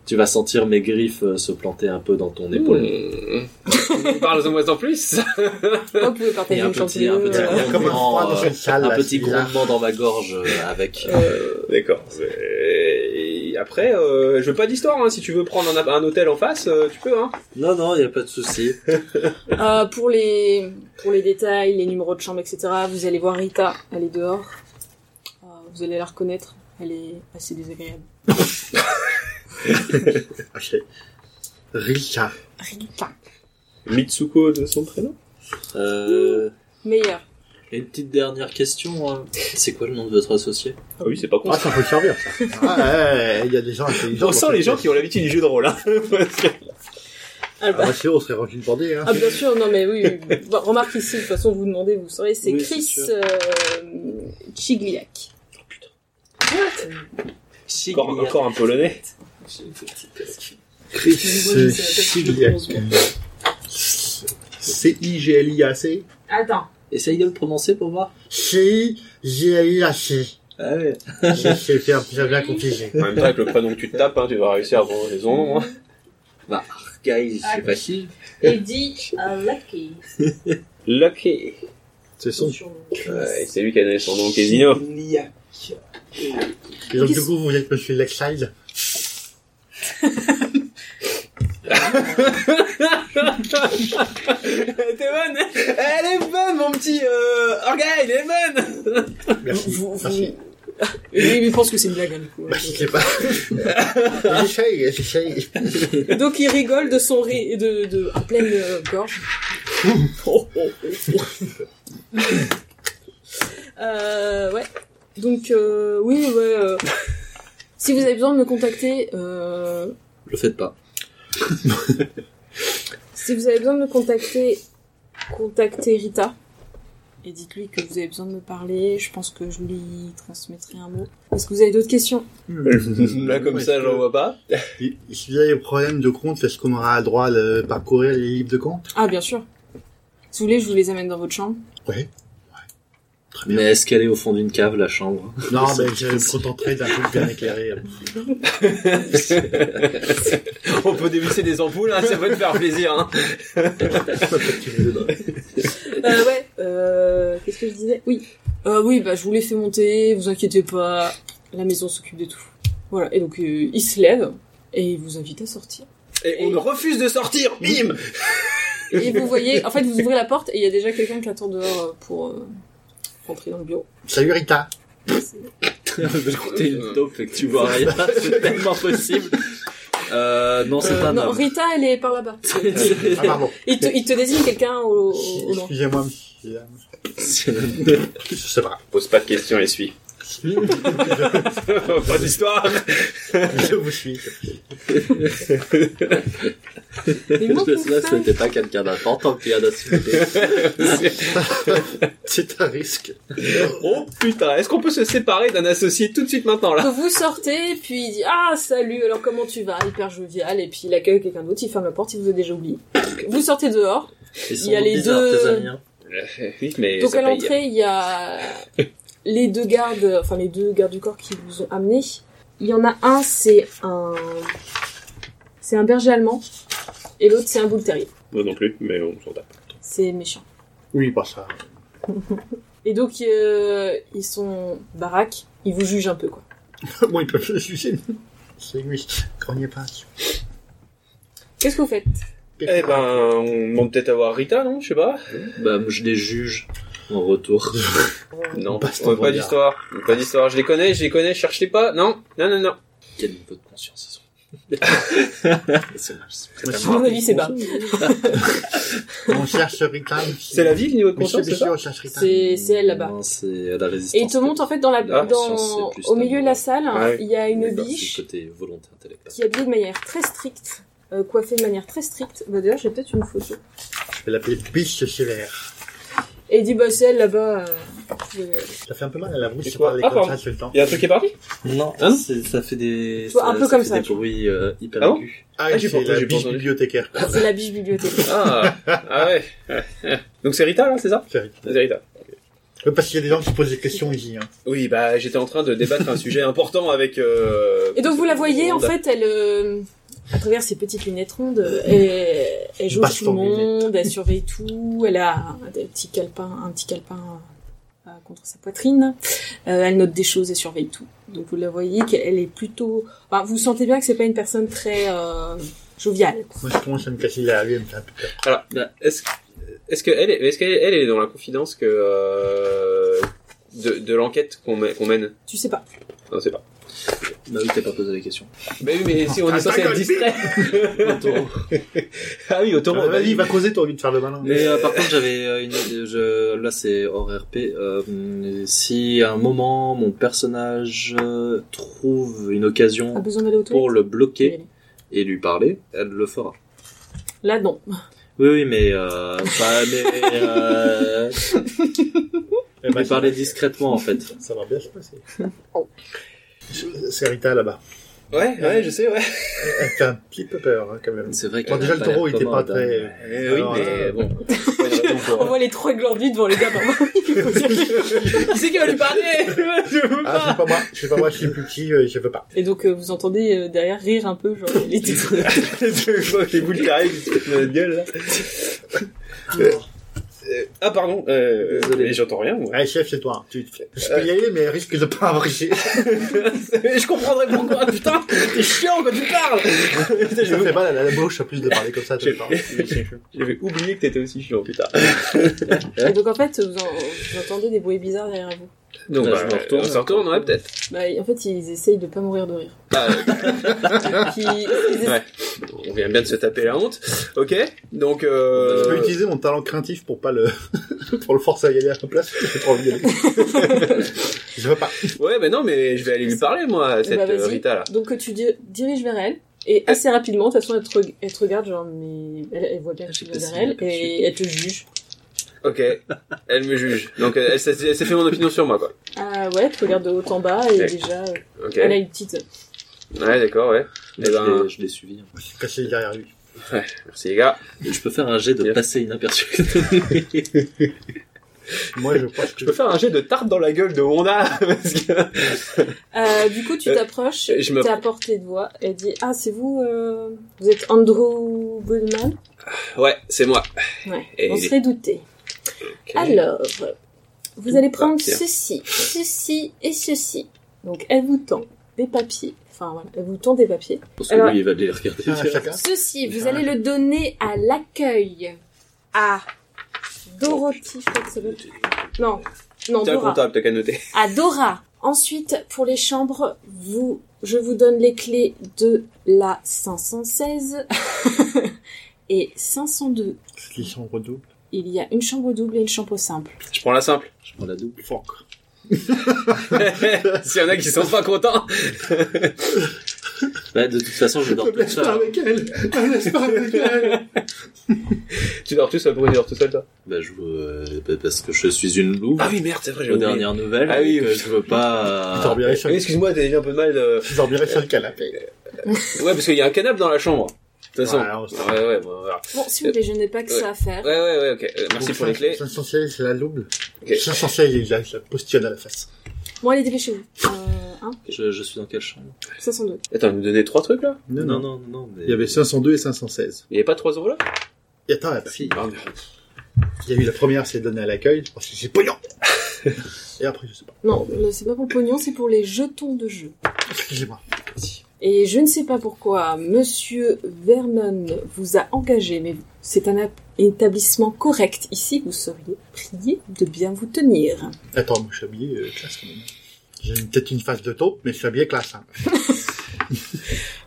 [SPEAKER 6] tu vas sentir mes griffes euh, se planter un peu dans ton épaule.
[SPEAKER 5] Mmh. Parle-en-moi en plus.
[SPEAKER 3] Vous pouvez
[SPEAKER 6] Et
[SPEAKER 3] partager
[SPEAKER 6] un
[SPEAKER 3] une chambre.
[SPEAKER 6] petit, un petit
[SPEAKER 7] euh,
[SPEAKER 6] grondement,
[SPEAKER 7] comme un froid dans
[SPEAKER 6] euh,
[SPEAKER 7] une salle,
[SPEAKER 6] un
[SPEAKER 7] là,
[SPEAKER 6] petit
[SPEAKER 7] c'est bizarre.
[SPEAKER 6] grondement dans ma gorge euh, avec.
[SPEAKER 5] D'accord. Et Après, euh, je veux pas d'histoire. Hein. Si tu veux prendre un, un hôtel en face, euh, tu peux. Hein.
[SPEAKER 6] Non, non, il n'y a pas de souci.
[SPEAKER 3] Euh, pour les pour les détails, les numéros de chambre, etc. Vous allez voir Rita, elle est dehors. Euh, vous allez la reconnaître, elle est assez désagréable.
[SPEAKER 7] Ok. Rika.
[SPEAKER 3] Rita,
[SPEAKER 5] Mitsuko de son prénom.
[SPEAKER 6] Euh,
[SPEAKER 3] meilleure.
[SPEAKER 6] une petite dernière question. hein. C'est quoi le nom de votre associé
[SPEAKER 5] Ah oui, c'est pas con.
[SPEAKER 7] Ah, ça peut servir, ça. Ah, ouais, il y a des gens intelligents.
[SPEAKER 5] Ah, On sent les gens qui ont l'habitude du jeu de rôle. Hein. Parce que-
[SPEAKER 3] Ah,
[SPEAKER 7] Ah,
[SPEAKER 3] bah-
[SPEAKER 7] bah, sinon, on serait rendu une bordée, hein.
[SPEAKER 3] ah, bien sûr, non mais oui. oui. Bah, remarque ici, de toute façon vous demandez, vous saurez. C'est
[SPEAKER 6] Oui,
[SPEAKER 3] Chris
[SPEAKER 6] c'est sûr.
[SPEAKER 3] euh, Chigliac.
[SPEAKER 5] Encore, encore un polonais.
[SPEAKER 7] Chris
[SPEAKER 3] je sais pas si je le
[SPEAKER 7] Chiliac. C-I-G-L-I-A-C.
[SPEAKER 3] Attends.
[SPEAKER 6] Essaye de le prononcer pour voir.
[SPEAKER 7] C-I-G-L-I-A-C.
[SPEAKER 6] Ah ouais.
[SPEAKER 7] C'est bien, c'est bien compliqué.
[SPEAKER 5] En même temps, avec le prénom que tu te tapes, hein, tu vas réussir à hein. prendre les ondes.
[SPEAKER 6] Bah, Arcaï,
[SPEAKER 3] Ah,
[SPEAKER 6] c'est facile.
[SPEAKER 8] Eddie Lucky.
[SPEAKER 5] Lucky.
[SPEAKER 7] C'est son.
[SPEAKER 3] Euh,
[SPEAKER 5] Ouais, c'est lui qui a donné son nom au casino.
[SPEAKER 7] Et donc, du coup, vous êtes monsieur Lexide.
[SPEAKER 5] Elle était bonne Elle est bonne, Ah, mon petit euh, Orga, il est bonne
[SPEAKER 7] Merci.
[SPEAKER 3] Vous, vous...
[SPEAKER 7] Merci.
[SPEAKER 3] Oui, mais je pense que c'est une blague. hein, du coup.
[SPEAKER 7] Bah, je sais pas. j'essaye, j'essaye.
[SPEAKER 3] Donc il rigole de son rire et de, de à pleine euh, gorge. Euh, ouais. Donc euh, oui, ouais. euh, si vous avez besoin de me contacter, euh,
[SPEAKER 6] Le faites pas.
[SPEAKER 3] si vous avez besoin de me contacter, contactez Rita et dites-lui que vous avez besoin de me parler. Je pense que je lui transmettrai un mot. Est-ce que vous avez d'autres questions
[SPEAKER 5] Là, comme ça, j'en vois pas.
[SPEAKER 7] Et Si vous avez des problèmes de compte, est-ce qu'on aura le droit de parcourir les livres de compte
[SPEAKER 3] Ah bien sûr. Si vous voulez, je vous les amène dans votre chambre.
[SPEAKER 6] Mais est-ce qu'elle est au fond d'une cave, la chambre
[SPEAKER 7] Non, mais je me contenterai d'un truc bien éclairé.
[SPEAKER 5] On peut dévisser des ampoules, hein, ça va te faire plaisir. Hein.
[SPEAKER 3] Euh, ouais. Euh, Qu'est-ce que je disais Oui. Euh, oui, bah je vous les fais monter, vous inquiétez pas. La maison s'occupe de tout. Voilà. Et donc, euh, il se lève et il vous invite à sortir.
[SPEAKER 5] Et on refuse de sortir, bim
[SPEAKER 3] Et vous voyez, en fait, vous ouvrez la porte et il y a déjà quelqu'un qui attend dehors euh, pour euh, rentrer dans le bureau.
[SPEAKER 7] Salut Rita.
[SPEAKER 6] T'es une taupe, fait que tu vois rien. C'est tellement possible. Euh, non, c'est
[SPEAKER 3] Euh,
[SPEAKER 6] un
[SPEAKER 3] non,
[SPEAKER 6] homme.
[SPEAKER 3] Rita, elle est par là-bas.
[SPEAKER 7] Ah, pardon.
[SPEAKER 3] Il te, il te désigne quelqu'un
[SPEAKER 5] Oh,
[SPEAKER 3] au, au- au loin.
[SPEAKER 7] Excusez-moi, monsieur. Je sais pas.
[SPEAKER 5] Pose pas de questions et suis. pas d'histoire
[SPEAKER 7] Je vous suis.
[SPEAKER 3] Mais moi,
[SPEAKER 6] Parce que
[SPEAKER 3] comme
[SPEAKER 6] là,
[SPEAKER 3] ça,
[SPEAKER 6] c'était pas quelqu'un d'important qui a d'insulter.
[SPEAKER 7] C'est un risque.
[SPEAKER 5] Oh putain, est-ce qu'on peut se séparer d'un associé tout de suite maintenant là
[SPEAKER 3] Donc vous sortez, puis il dit ah salut, alors comment tu vas, hyper jovial, et puis il accueille quelqu'un d'autre, il ferme la porte, il vous a déjà oublié. Vous sortez dehors.
[SPEAKER 6] Ils sont
[SPEAKER 3] Il y a les
[SPEAKER 6] bizarres,
[SPEAKER 3] deux-
[SPEAKER 6] tes amis. hein.
[SPEAKER 5] Euh, Oui, mais
[SPEAKER 3] Donc
[SPEAKER 5] ça
[SPEAKER 3] à
[SPEAKER 5] paye.
[SPEAKER 3] l'entrée il y a les deux gardes, enfin les deux gardes du corps qui vous ont amené. Il y en a un c'est un c'est un berger allemand et l'autre c'est un boule terrier.
[SPEAKER 5] Moi non plus, mais on s'en tape.
[SPEAKER 3] C'est méchant.
[SPEAKER 7] Oui, pas ça.
[SPEAKER 3] Et donc euh, ils sont baraques, ils vous jugent un peu quoi.
[SPEAKER 7] Moi, il peut se suicider. C'est lui. Grognez pas.
[SPEAKER 3] Qu'est-ce que vous faites
[SPEAKER 5] Eh ben, on demande peut-être à voir Rita, non Je sais pas.
[SPEAKER 6] Bah, je les juge en retour.
[SPEAKER 5] Non,
[SPEAKER 7] passe
[SPEAKER 5] on
[SPEAKER 7] ton
[SPEAKER 5] veut pas
[SPEAKER 7] regard.
[SPEAKER 5] d'histoire. On veut Pas d'histoire. Je les connais, je les connais, cherche-les pas. Non, non, non, non.
[SPEAKER 6] Quel niveau de conscience ils sont.
[SPEAKER 3] À mon avis c'est bas.
[SPEAKER 7] On cherche Rita. monsieur.
[SPEAKER 5] C'est la vie, le niveau de
[SPEAKER 7] Mais
[SPEAKER 5] conscience,
[SPEAKER 7] c'est
[SPEAKER 5] c'est
[SPEAKER 7] sûr,
[SPEAKER 5] ça
[SPEAKER 7] on cherche Rita.
[SPEAKER 3] C'est c'est elle là-bas.
[SPEAKER 6] Non, c'est à la résistance.
[SPEAKER 3] Et il te montre en fait dans la,
[SPEAKER 5] Ah,
[SPEAKER 3] dans,
[SPEAKER 6] science, c'est plus
[SPEAKER 3] au milieu de la
[SPEAKER 6] la-
[SPEAKER 3] salle,
[SPEAKER 5] Ouais.
[SPEAKER 3] il y a une
[SPEAKER 6] D'accord, c'est
[SPEAKER 3] biche
[SPEAKER 6] le côté volonté intellectuelle.
[SPEAKER 3] qui est habillée de manière très stricte, euh, coiffée de manière très stricte. Bah, D'ailleurs, j'ai peut-être une photo.
[SPEAKER 7] Je vais l'appeler biche sévère.
[SPEAKER 3] Et il dit bah c'est elle là-bas. euh, euh,
[SPEAKER 7] Ça fait un peu mal à la bouche.
[SPEAKER 5] Et
[SPEAKER 7] C'est
[SPEAKER 5] quoi
[SPEAKER 7] pas les
[SPEAKER 5] Ah,
[SPEAKER 7] comme
[SPEAKER 5] pardon.
[SPEAKER 7] ça, c'est le temps.
[SPEAKER 5] Il y a un truc qui est parti
[SPEAKER 6] Non, hein, c'est- ça fait des.
[SPEAKER 3] Tu vois, un peu comme
[SPEAKER 6] fait
[SPEAKER 3] ça,
[SPEAKER 6] Des
[SPEAKER 3] tu vois.
[SPEAKER 6] bruits euh, hyper
[SPEAKER 5] Ah bon
[SPEAKER 6] aigus.
[SPEAKER 7] Ah,
[SPEAKER 5] Ah, j'ai pas
[SPEAKER 7] c'est la
[SPEAKER 5] entendu, j'ai pas
[SPEAKER 7] biche
[SPEAKER 5] entendu.
[SPEAKER 7] bibliothécaire.
[SPEAKER 3] C'est la biche bibliothécaire.
[SPEAKER 5] Ah, ah ouais. Donc c'est Rita, là, c'est ça
[SPEAKER 7] C'est Rita.
[SPEAKER 5] C'est Rita.
[SPEAKER 7] Oui, Parce qu'il y a des gens qui se posent des questions ici. Hein.
[SPEAKER 5] Oui, bah j'étais en train de débattre un sujet important avec. euh,
[SPEAKER 3] Et donc vous la voyez en
[SPEAKER 5] Wanda.
[SPEAKER 3] fait, elle euh, à travers ses petites lunettes rondes, elle, elle jauge
[SPEAKER 7] Passe
[SPEAKER 3] tout le
[SPEAKER 7] ton
[SPEAKER 3] monde, elle surveille tout, elle a un, un petit calepin, un petit calepin euh, contre sa poitrine, Euh, elle note des choses et surveille tout. Donc vous la voyez qu'elle est plutôt, enfin, vous sentez bien que c'est pas une personne très euh, joviale. quoi.
[SPEAKER 7] Moi, je commence à me casser la vie, me faire un peu peur.
[SPEAKER 5] Alors, est-ce est-ce que elle, est- est-ce qu'elle elle est dans la confidence que euh, de, de l'enquête qu'on mè- qu'on mène
[SPEAKER 3] Tu sais pas.
[SPEAKER 5] Non, c'est pas.
[SPEAKER 6] Bah oui, t'as pas posé la question.
[SPEAKER 5] Bah oui, mais si on est
[SPEAKER 7] Ah,
[SPEAKER 5] censé être
[SPEAKER 7] d'accord,
[SPEAKER 5] distrait. ah oui, au taureau.
[SPEAKER 7] Ah, Vas-y,
[SPEAKER 5] vas-y.
[SPEAKER 7] va causer, t'as envie de faire le malin.
[SPEAKER 6] Mais euh, par contre, j'avais euh, une. Je... Là, c'est hors RP. Euh, si à un moment mon personnage euh, trouve une
[SPEAKER 3] Pas
[SPEAKER 6] occasion
[SPEAKER 3] besoin d'aller au
[SPEAKER 6] pour
[SPEAKER 3] toilettes. Tu
[SPEAKER 6] le
[SPEAKER 3] peux y
[SPEAKER 6] bloquer
[SPEAKER 3] aller.
[SPEAKER 6] et lui parler, elle le fera.
[SPEAKER 3] Là non.
[SPEAKER 6] Oui, oui, mais euh, pas mais, euh,
[SPEAKER 7] Eh ben,
[SPEAKER 6] lui parler discrètement en fait.
[SPEAKER 7] Ça va bien se passer.
[SPEAKER 5] Oh.
[SPEAKER 7] Je- C'est Rita là-bas.
[SPEAKER 5] Ouais, ouais, je sais, ouais.
[SPEAKER 7] Elle fait un petit peu peur hein, quand même.
[SPEAKER 6] C'est vrai que.
[SPEAKER 7] Bon, déjà le taureau il était pas très.
[SPEAKER 5] Euh, oui,
[SPEAKER 7] Alors,
[SPEAKER 5] mais
[SPEAKER 7] euh,
[SPEAKER 5] bon. Pas une raison pour-
[SPEAKER 3] On voit les trois glandus devant les gars.
[SPEAKER 5] qui c'est qui va lui parler Je veux
[SPEAKER 7] Ah, c'est pas
[SPEAKER 5] pas.
[SPEAKER 7] moi, c'est pas moi, je suis plus petit, euh, je veux pas.
[SPEAKER 3] Et donc euh, vous entendez euh, derrière rire un peu genre les titres.
[SPEAKER 5] Je vois que les boules qui arrivent, ils se foutent de notre gueule là. Euh, euh, ah pardon, euh,
[SPEAKER 6] Désolé.
[SPEAKER 5] mais j'entends rien moi.
[SPEAKER 7] Allez, chef, c'est toi. hein. Tu, tu- je peux y aller, mais risque de pas abriger.
[SPEAKER 5] je comprendrais pourquoi, putain, t'es chiant quand tu parles Putain,
[SPEAKER 7] Je
[SPEAKER 5] je
[SPEAKER 7] me
[SPEAKER 5] veux-
[SPEAKER 7] fais mal à la bouche, en plus de parler comme ça. tout le temps.
[SPEAKER 5] J'avais oublié que t'étais aussi chiant, putain.
[SPEAKER 3] Et donc en fait vous, en- vous entendez des bruits bizarres derrière vous.
[SPEAKER 5] Donc
[SPEAKER 6] Là,
[SPEAKER 5] bah,
[SPEAKER 6] je me retourne.
[SPEAKER 5] on se retourne, ouais, peut-être.
[SPEAKER 3] Bah, en fait, ils essayent de pas mourir de rire.
[SPEAKER 5] Ah,
[SPEAKER 3] Qui- ils essa-
[SPEAKER 5] Ouais. on vient bien de se taper la honte, ok Donc,
[SPEAKER 7] Je peux
[SPEAKER 5] euh...
[SPEAKER 7] utiliser mon talent craintif pour pas le, pour le forcer à y aller à la place. J'ai trop envie d'y aller. je veux pas.
[SPEAKER 5] Ouais, mais non, mais je vais aller lui parler, moi, à cette
[SPEAKER 3] Bah,
[SPEAKER 5] euh,
[SPEAKER 3] vas-y.
[SPEAKER 5] Rita, là.
[SPEAKER 3] Donc, tu di- diriges vers elle. Et assez rapidement, de toute façon, elle te, reg- elle te regarde, genre, mais elle, elle voit bien que
[SPEAKER 6] J'ai
[SPEAKER 3] tu vas vers
[SPEAKER 6] pas
[SPEAKER 3] elle,
[SPEAKER 6] signé,
[SPEAKER 3] et elle te juge.
[SPEAKER 5] Ok, elle me juge. Donc, euh, elle, elle s'est elle s'est fait mon opinion sur moi, quoi.
[SPEAKER 3] Ah ouais, elle te regarde de haut en bas, et
[SPEAKER 5] Ok.
[SPEAKER 3] déjà, euh,
[SPEAKER 5] Ok,
[SPEAKER 3] elle a une petite...
[SPEAKER 5] ouais, d'accord, ouais. Eh ben,
[SPEAKER 6] Je l'ai suivi.
[SPEAKER 7] Je suis caché derrière lui.
[SPEAKER 5] merci les gars.
[SPEAKER 6] Je peux faire un jet de
[SPEAKER 5] Bien.
[SPEAKER 6] passer inaperçu.
[SPEAKER 7] Moi, je pense que
[SPEAKER 5] Je peux faire un jet de tarte dans la gueule de Honda, parce que...
[SPEAKER 3] Euh, du coup, tu
[SPEAKER 5] Euh,
[SPEAKER 3] t'approches,
[SPEAKER 5] je
[SPEAKER 3] tu
[SPEAKER 5] me-
[SPEAKER 3] t'es à portée de voix, elle dit, ah, c'est vous, euh, vous êtes Andrew Goodman
[SPEAKER 5] Ouais, c'est moi.
[SPEAKER 3] Ouais,
[SPEAKER 5] Et
[SPEAKER 3] on
[SPEAKER 5] il est-
[SPEAKER 3] serait douté.
[SPEAKER 5] Ok.
[SPEAKER 3] Alors, vous allez prendre
[SPEAKER 5] partir.
[SPEAKER 3] ceci, ceci et ceci. Donc, elle vous tend des papiers. Enfin voilà, elle vous tend des papiers.
[SPEAKER 6] Parce
[SPEAKER 3] Alors-
[SPEAKER 6] que lui, il va les regarder.
[SPEAKER 7] Tiens, chacun.
[SPEAKER 3] Ceci, vous allez le donner à l'accueil à Dorothy. je crois que ça s'appelle. Non, non,
[SPEAKER 5] Tiens,
[SPEAKER 3] Dora.
[SPEAKER 5] comptable, t'as qu'à noter.
[SPEAKER 3] à Dora. Ensuite, pour les chambres, vous, je vous donne les clés de la 516 et 502.
[SPEAKER 7] Qui sont redoubles.
[SPEAKER 3] Il y a une chambre double et une chambre simple.
[SPEAKER 5] Je prends la simple.
[SPEAKER 6] Je prends la double.
[SPEAKER 7] Fuck.
[SPEAKER 5] S'il y en a qui sont pas contents.
[SPEAKER 6] Ouais, Bah, de toute hein. façon, je dors
[SPEAKER 7] Ne me
[SPEAKER 6] tout
[SPEAKER 7] laisse pas
[SPEAKER 6] ça.
[SPEAKER 7] avec elle. Ne me laisse pas avec elle.
[SPEAKER 5] Tu dors tout seul, pourquoi tu dors tout seul, toi
[SPEAKER 6] Bah, je veux, euh, bah, parce que je suis une louve.
[SPEAKER 5] Ah
[SPEAKER 7] Ah
[SPEAKER 5] oui, merde, c'est vrai,
[SPEAKER 6] aux dernières nouvelles.
[SPEAKER 5] Ah oui,
[SPEAKER 6] et que
[SPEAKER 5] oui.
[SPEAKER 6] je veux pas.
[SPEAKER 7] Tu dormirais sur,
[SPEAKER 5] Oui, excuse-moi, t'as déjà un peu de mal. euh,
[SPEAKER 7] tu dormirais sur le canapé.
[SPEAKER 5] Ouais, parce qu'il y a un canapé dans la chambre. De toute façon.
[SPEAKER 7] Ouais, alors, c'est-
[SPEAKER 5] Ouais, ouais, bon, voilà.
[SPEAKER 3] Bon, si vous voulez, je n'ai pas que ça à faire.
[SPEAKER 5] Euh, Ouais, ouais, ouais, ok. Euh, Merci
[SPEAKER 7] Donc,
[SPEAKER 5] pour les clés.
[SPEAKER 7] 516, c'est la double.
[SPEAKER 5] Ok.
[SPEAKER 7] 516, il la, la postillonne à la face.
[SPEAKER 3] Bon, allez, dépêchez-vous. Euh, hein,
[SPEAKER 6] Je, je suis dans quelle chambre
[SPEAKER 3] 502.
[SPEAKER 5] Attends, il nous donnait trois trucs, là
[SPEAKER 7] Non,
[SPEAKER 6] non, non, non, mais-
[SPEAKER 7] Il y avait 502 et 516.
[SPEAKER 5] Il n'y avait pas trois euros, là
[SPEAKER 7] Et attends, la-
[SPEAKER 6] Si.
[SPEAKER 5] Ah, merde.
[SPEAKER 7] il y a eu la première, c'est donnée à l'accueil. Parce que c'est pognon. et après, je sais pas.
[SPEAKER 3] Non, le- c'est pas pour le pognon, c'est pour les jetons de jeu.
[SPEAKER 7] Excusez-moi.
[SPEAKER 3] Et je ne sais pas pourquoi Monsieur Vernon vous a engagé, mais c'est un ap- établissement correct. Ici, vous seriez prié de bien vous tenir.
[SPEAKER 7] Attends, moi, je suis habillé euh, classe quand même. J'ai une- peut-être une face de taupe, mais je suis habillé classe. hein.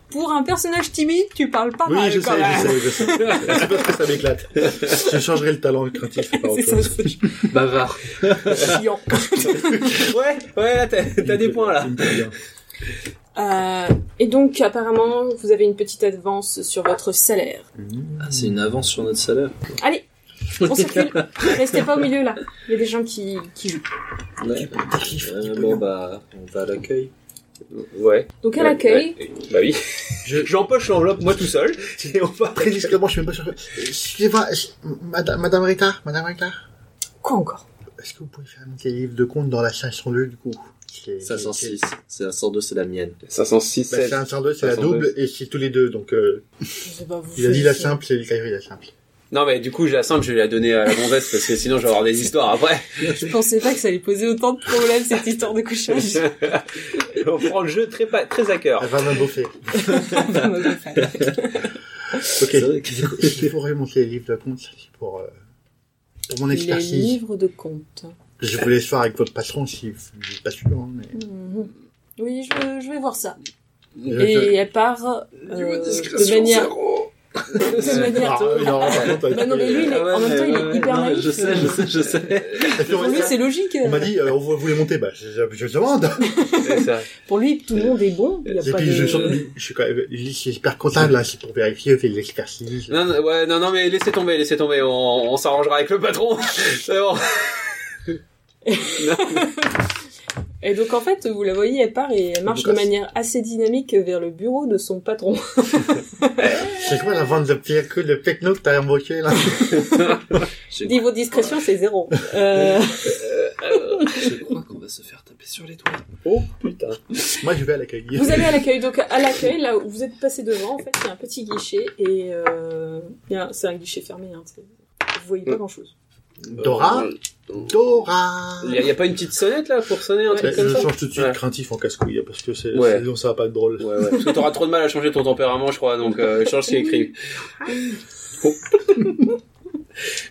[SPEAKER 3] Pour un personnage timide, tu parles pas
[SPEAKER 7] Oui,
[SPEAKER 3] mal
[SPEAKER 7] je
[SPEAKER 3] Ah, bah, quand
[SPEAKER 7] sais,
[SPEAKER 3] même.
[SPEAKER 7] je sais, je sais. C'est parce que ça m'éclate. Je changerai le talent quand il fait pas autre
[SPEAKER 3] C'est ça,
[SPEAKER 7] chose.
[SPEAKER 6] Bavard.
[SPEAKER 3] c'est chiant.
[SPEAKER 5] Ouais, ouais, là, t'as t'as des points, là.
[SPEAKER 7] Il me plaît bien.
[SPEAKER 3] Euh, et donc, apparemment, vous avez une petite avance sur votre salaire.
[SPEAKER 6] Ah, c'est une avance sur notre salaire.
[SPEAKER 3] Allez, on circule. Restez pas au milieu là. Il y a des gens qui, qui jouent.
[SPEAKER 6] Ouais. Euh, bon, bah, on va à l'accueil.
[SPEAKER 5] Ouais.
[SPEAKER 3] Donc à
[SPEAKER 5] Ouais,
[SPEAKER 3] l'accueil,
[SPEAKER 5] ouais. Bah oui.
[SPEAKER 7] Je-
[SPEAKER 5] J'empoche l'enveloppe, moi, tout seul. Et on va...
[SPEAKER 7] Très discrètement, je suis même pas sûr. Euh, Excusez-moi, est-ce- madame, madame Ricard, madame Ricard,
[SPEAKER 3] quoi encore
[SPEAKER 7] est-ce que vous pouvez faire monter les livres de compte dans la 502 du coup C'est- c'est-
[SPEAKER 6] 506. C'est la 102, c'est la mienne.
[SPEAKER 5] 506,
[SPEAKER 7] Bah, c'est
[SPEAKER 5] 7.
[SPEAKER 7] un 502, c'est la
[SPEAKER 5] 502.
[SPEAKER 7] double, et c'est tous les deux, donc euh,
[SPEAKER 3] Je sais pas, vous
[SPEAKER 7] il a dit la
[SPEAKER 3] choisissez.
[SPEAKER 7] simple, c'est les cailloux, la simple.
[SPEAKER 5] Non, mais du coup, je la simple, je vais la donner à la gonzesse, parce que sinon, je vais avoir des histoires après.
[SPEAKER 3] Je pensais pas que ça allait poser autant de problèmes cette histoire de couchage.
[SPEAKER 5] on prend le jeu très, pa- très à
[SPEAKER 6] Ah.
[SPEAKER 5] cœur.
[SPEAKER 7] Elle va m'abouffer. Ok,
[SPEAKER 6] C'est vrai que-
[SPEAKER 7] il faut remonter les livres de compte, c'est pour, euh, pour mon
[SPEAKER 3] Les
[SPEAKER 7] expertise.
[SPEAKER 3] livres de compte.
[SPEAKER 7] Je voulais faire avec votre patron si vous n'êtes pas sûr, hein, mais...
[SPEAKER 3] Mhm. Oui, je, je vais voir ça.
[SPEAKER 7] Je-
[SPEAKER 3] Et elle part euh, de manière. de manière.
[SPEAKER 7] Ah, oui, non, par contre, avec-
[SPEAKER 3] Bah non, mais lui, il
[SPEAKER 6] Ah
[SPEAKER 3] est- en même temps, il est hyper
[SPEAKER 6] Non, mais
[SPEAKER 3] naïf. euh.
[SPEAKER 6] je sais, je sais, je sais.
[SPEAKER 3] Pour lui, c'est logique.
[SPEAKER 7] On m'a dit, euh, on vous voulez monter, bah, je, je- je demande.
[SPEAKER 5] C'est ça.
[SPEAKER 3] Pour lui, tout le monde est bon. Il y a
[SPEAKER 7] Et
[SPEAKER 3] pas
[SPEAKER 7] puis,
[SPEAKER 3] de...
[SPEAKER 7] je, je suis quand même, je suis super comptable, là, c'est pour vérifier, faire des expertises.
[SPEAKER 5] Non, non, ouais, non, non, mais laissez tomber, laissez tomber, on, on s'arrangera avec le patron. C'est bon.
[SPEAKER 3] Et donc, en fait, vous la voyez, elle part et elle marche de
[SPEAKER 7] Lucas.
[SPEAKER 3] manière assez dynamique vers le bureau de son patron.
[SPEAKER 7] C'est quoi la vente de pire que le techno que t'as invoqué, là?
[SPEAKER 3] Niveau discrétion, c'est zéro. Euh,
[SPEAKER 6] Je crois qu'on va se faire taper sur les doigts.
[SPEAKER 5] Oh putain.
[SPEAKER 7] Moi, je vais à l'accueil.
[SPEAKER 3] vous allez à l'accueil. Donc, à l'accueil, là où vous êtes passé devant, en fait, il y a un petit guichet et euh, il y a- c'est un guichet fermé. Hein, c'est- vous voyez
[SPEAKER 5] Mm.
[SPEAKER 3] pas grand-chose.
[SPEAKER 7] Dora? Dora!
[SPEAKER 5] Euh, Il y, a- il y a pas une petite sonnette là pour sonner un
[SPEAKER 3] Ouais,
[SPEAKER 5] truc
[SPEAKER 7] je
[SPEAKER 5] comme ça
[SPEAKER 7] change tout de suite
[SPEAKER 5] Ouais.
[SPEAKER 7] craintif en casse-couille, hein, parce que c'est,
[SPEAKER 5] Ouais.
[SPEAKER 7] sinon ça va pas être drôle.
[SPEAKER 5] Ouais, ouais. Parce que t'auras trop de mal à changer ton tempérament, je crois, donc euh, change ce qui est écrit. Oh.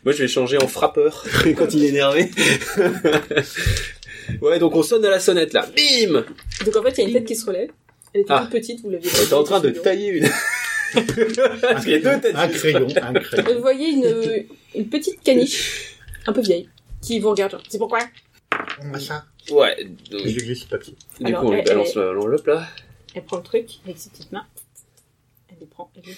[SPEAKER 5] Moi, je vais changer en frappeur quand il est énervé. ouais, donc on sonne à la sonnette là. Bim
[SPEAKER 3] Donc, en fait, il y a une tête qui se relève. Elle était
[SPEAKER 5] Ah.
[SPEAKER 3] toute petite, vous l'aviez pas
[SPEAKER 5] Elle était en train de
[SPEAKER 3] vue.
[SPEAKER 5] tailler une. Parce qu'il y a deux têtes.
[SPEAKER 7] Un crayon, un crayon.
[SPEAKER 3] euh, Vous voyez une, une petite caniche, un peu vieille, qui vous regarde. genre, C'est pourquoi
[SPEAKER 7] On a ça.
[SPEAKER 5] Ouais, donc,
[SPEAKER 7] Je lui glisse le papier.
[SPEAKER 5] du
[SPEAKER 3] Alors,
[SPEAKER 5] coup, on lui
[SPEAKER 3] elle-
[SPEAKER 5] balance le- l'enveloppe là.
[SPEAKER 3] Elle prend le truc avec ses petites mains. Elle les prend. Elle les-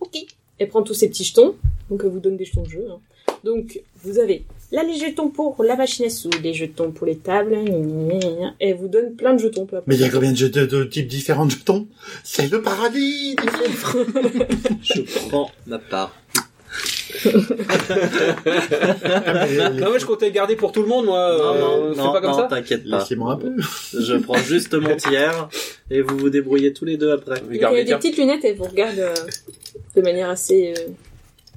[SPEAKER 3] Ok. Elle prend tous ses petits jetons. Donc elle vous donne des jetons de jeu. hein. Donc vous avez là les jetons pour la machine à sous, les jetons pour les tables. gna, gna, gna, gna. Et elle vous donne plein de jetons. plein, plein.
[SPEAKER 7] Mais il y a combien de, jeux- de, de types différents de jetons? Ah, C'est le paradis! des chiffres.
[SPEAKER 6] Je prends ma part.
[SPEAKER 7] Ah,
[SPEAKER 5] Non, mais je comptais le garder pour tout le monde, moi.
[SPEAKER 6] Non,
[SPEAKER 5] Euh,
[SPEAKER 6] non,
[SPEAKER 5] c'est
[SPEAKER 6] non,
[SPEAKER 5] pas comme
[SPEAKER 6] non,
[SPEAKER 5] ça
[SPEAKER 6] t'inquiète pas.
[SPEAKER 7] Laissez-moi un peu.
[SPEAKER 6] Je prends juste mon tiers et vous vous débrouillez tous les deux après.
[SPEAKER 5] Je
[SPEAKER 3] Donc,
[SPEAKER 5] vais
[SPEAKER 3] elle
[SPEAKER 5] garder
[SPEAKER 3] a des
[SPEAKER 5] tiens.
[SPEAKER 3] petites lunettes. Elle vous regarde euh, de manière assez euh,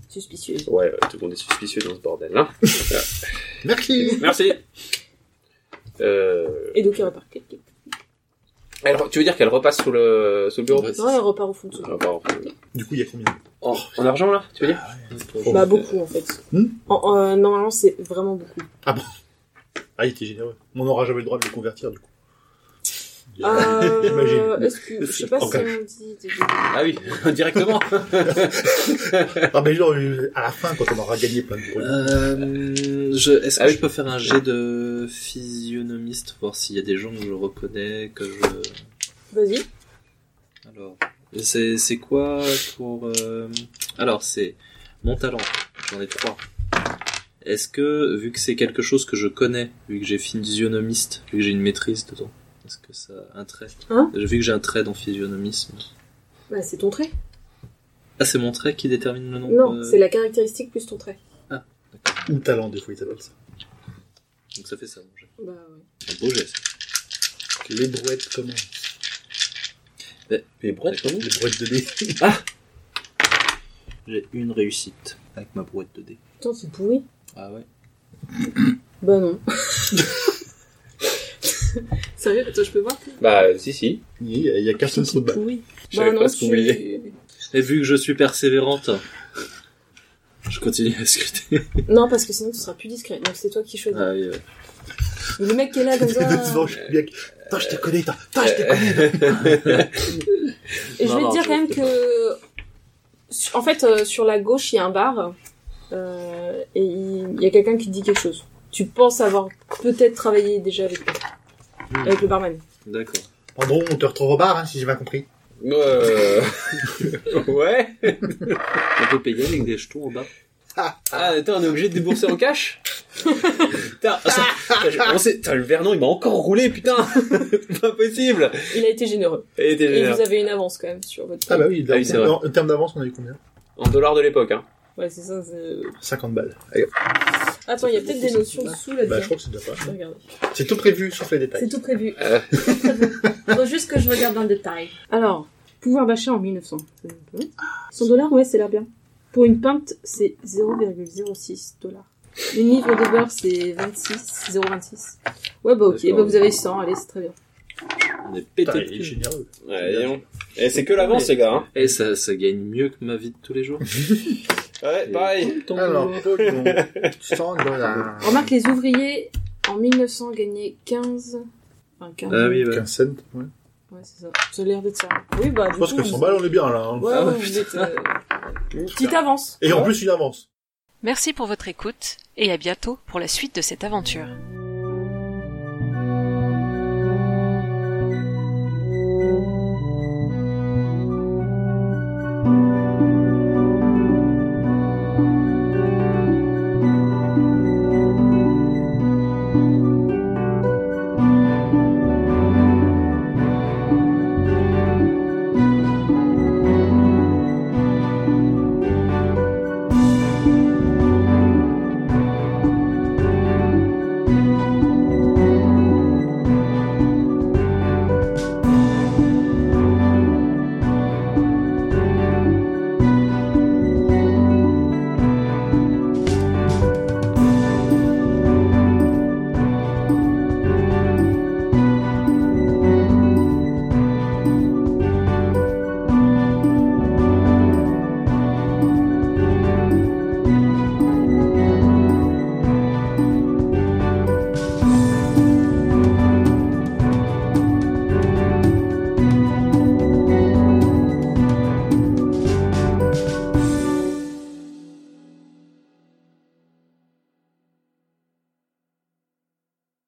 [SPEAKER 3] suspicieuse.
[SPEAKER 5] Ouais, euh, tout le monde est suspicieux dans ce bordel, hein.
[SPEAKER 7] Merci!
[SPEAKER 5] Merci. Euh,
[SPEAKER 3] Et donc elle repart. Clic, clic.
[SPEAKER 5] Elle re- tu veux dire qu'elle repasse sous le, sous le bureau
[SPEAKER 6] Ouais, c'est
[SPEAKER 3] Non, elle
[SPEAKER 6] ça.
[SPEAKER 3] repart au fond de son
[SPEAKER 5] Ah, bon.
[SPEAKER 1] Du coup, il y a combien
[SPEAKER 5] Oh, En argent là, tu veux dire
[SPEAKER 3] Bah, beaucoup, en fait.
[SPEAKER 1] Hmm
[SPEAKER 3] En- en- normalement, c'est vraiment beaucoup.
[SPEAKER 1] Ah, il était généreux. On n'aura jamais le droit de le convertir, du coup.
[SPEAKER 3] Euh,
[SPEAKER 1] J'imagine.
[SPEAKER 3] est-ce que, je sais pas si
[SPEAKER 1] Ok.
[SPEAKER 3] on dit...
[SPEAKER 5] Ah oui, directement.
[SPEAKER 1] Ah, mais genre, euh, à la fin, quand on aura gagné plein de bruit.
[SPEAKER 6] Euh, je, est-ce que
[SPEAKER 5] Ah oui.
[SPEAKER 6] je peux faire un jet de physionomiste, voir s'il y a des gens que je reconnais, que je...
[SPEAKER 3] Vas-y.
[SPEAKER 6] Alors, c'est, c'est quoi pour... euh, Alors, c'est mon talent, j'en ai trois. Est-ce que, vu que c'est quelque chose que je connais, vu que j'ai physionomiste, vu que j'ai une maîtrise dedans, est-ce que ça... un trait
[SPEAKER 3] Hein
[SPEAKER 6] Vu que j'ai un trait dans physionomisme...
[SPEAKER 3] Bah, c'est ton trait.
[SPEAKER 6] Ah, c'est mon trait qui détermine le euh, nom
[SPEAKER 3] Non, c'est la caractéristique plus ton trait.
[SPEAKER 1] Ou talent, des fois, ils appellent ça.
[SPEAKER 6] Donc ça fait ça, mon jet.
[SPEAKER 3] Bah, ouais.
[SPEAKER 6] Un beau jet, ça.
[SPEAKER 1] Les brouettes, comment
[SPEAKER 5] Mais bon,
[SPEAKER 1] Les brouettes de dés.
[SPEAKER 6] J'ai une réussite avec ma brouette de dés.
[SPEAKER 3] Putain, c'est pourri.
[SPEAKER 6] Ah ouais.
[SPEAKER 3] Bah, non. Sérieux, attends, je peux voir
[SPEAKER 5] Bah euh, si si.
[SPEAKER 1] Il y a- il y a personne sur le bas.
[SPEAKER 3] Oui.
[SPEAKER 6] Bah,
[SPEAKER 3] Bah,
[SPEAKER 5] J'avais
[SPEAKER 3] non,
[SPEAKER 5] presque
[SPEAKER 3] tu-
[SPEAKER 5] oublié.
[SPEAKER 6] Et vu que je suis persévérante, je continue à scruter.
[SPEAKER 3] Non, parce que sinon tu seras plus discret. Donc c'est toi qui choisis.
[SPEAKER 6] Ah oui, ouais.
[SPEAKER 3] Mais le mec qui est là comme ça.
[SPEAKER 1] Souvent, je suis bien que, Putain, je te connais, toi. Putain,
[SPEAKER 7] Euh,
[SPEAKER 1] je te connais.
[SPEAKER 3] Et je
[SPEAKER 6] Non,
[SPEAKER 3] vais
[SPEAKER 6] non,
[SPEAKER 3] te dire
[SPEAKER 6] je
[SPEAKER 3] quand même
[SPEAKER 6] sais
[SPEAKER 3] que. su- En fait, euh, sur la gauche, il y a un bar. euh, et il il y a quelqu'un qui te dit quelque chose. Tu penses avoir peut-être travaillé déjà avec lui. Avec le barman.
[SPEAKER 6] D'accord.
[SPEAKER 7] Pardon, on te retrouve au bar, hein, si j'ai bien compris.
[SPEAKER 5] Euh... ouais.
[SPEAKER 6] On peut payer avec des jetons en bas.
[SPEAKER 5] Ah attends, on est obligé de débourser en cash. putain, ah, ça- putain, je- on sait- putain, le Vernon il m'a encore roulé putain. C'est pas possible.
[SPEAKER 3] Il a été généreux.
[SPEAKER 5] Et t'es
[SPEAKER 3] Et
[SPEAKER 5] généreux.
[SPEAKER 3] vous avez une avance quand même sur votre.
[SPEAKER 7] Ah bah oui,
[SPEAKER 5] Ah oui, c'est vrai.
[SPEAKER 7] en, en termes d'avance, on a eu combien
[SPEAKER 5] En dollars de l'époque hein.
[SPEAKER 3] Ouais, c'est euh, ça. c'est-
[SPEAKER 7] 50 balles.
[SPEAKER 3] Attends, il y a peut-être des notions dessous
[SPEAKER 7] Bah, je
[SPEAKER 3] là-dedans.
[SPEAKER 7] crois que c'est déjà pas.
[SPEAKER 3] Regardez.
[SPEAKER 7] C'est tout prévu, sauf les détails.
[SPEAKER 8] C'est tout prévu.
[SPEAKER 5] Euh.
[SPEAKER 8] Faut juste que je regarde dans le détail.
[SPEAKER 3] Alors, pouvoir d'achat en 1900. 100 dollars, ouais, c'est l'air bien. Pour une pinte, c'est 0,06 dollars. Une livre de beurre, c'est 26, 0,26. Ouais, bah ok,
[SPEAKER 6] D'accord.
[SPEAKER 3] bah vous avez 100, allez, c'est très bien.
[SPEAKER 6] On est pété.
[SPEAKER 7] Putain,
[SPEAKER 6] de
[SPEAKER 7] il est
[SPEAKER 6] thunes.
[SPEAKER 7] généreux.
[SPEAKER 5] Ouais, dis donc. Et c'est que l'avance les gars. Hein.
[SPEAKER 6] Eh, ça, ça gagne mieux que ma vie de tous les jours.
[SPEAKER 5] Ouais, pareil.
[SPEAKER 7] Alors, pognon. 100 dollars.
[SPEAKER 3] Remarque, les ouvriers, en 1900, gagnaient 15... Enfin, 15...
[SPEAKER 6] Ah oui, ouais.
[SPEAKER 7] 15 cents, ouais.
[SPEAKER 3] Ouais, c'est ça. Ça a l'air d'être ça. Oui, bah, du
[SPEAKER 7] Je pense
[SPEAKER 3] coup,
[SPEAKER 7] que
[SPEAKER 3] vous-
[SPEAKER 7] 100 balles, on est bien, là. hein.
[SPEAKER 3] Ouais,
[SPEAKER 6] Ah
[SPEAKER 3] ouais,
[SPEAKER 6] ouais,
[SPEAKER 3] vous êtes... euh, Petite avance.
[SPEAKER 7] Et en plus, une avance.
[SPEAKER 2] Merci pour votre écoute et à bientôt pour la suite de cette aventure.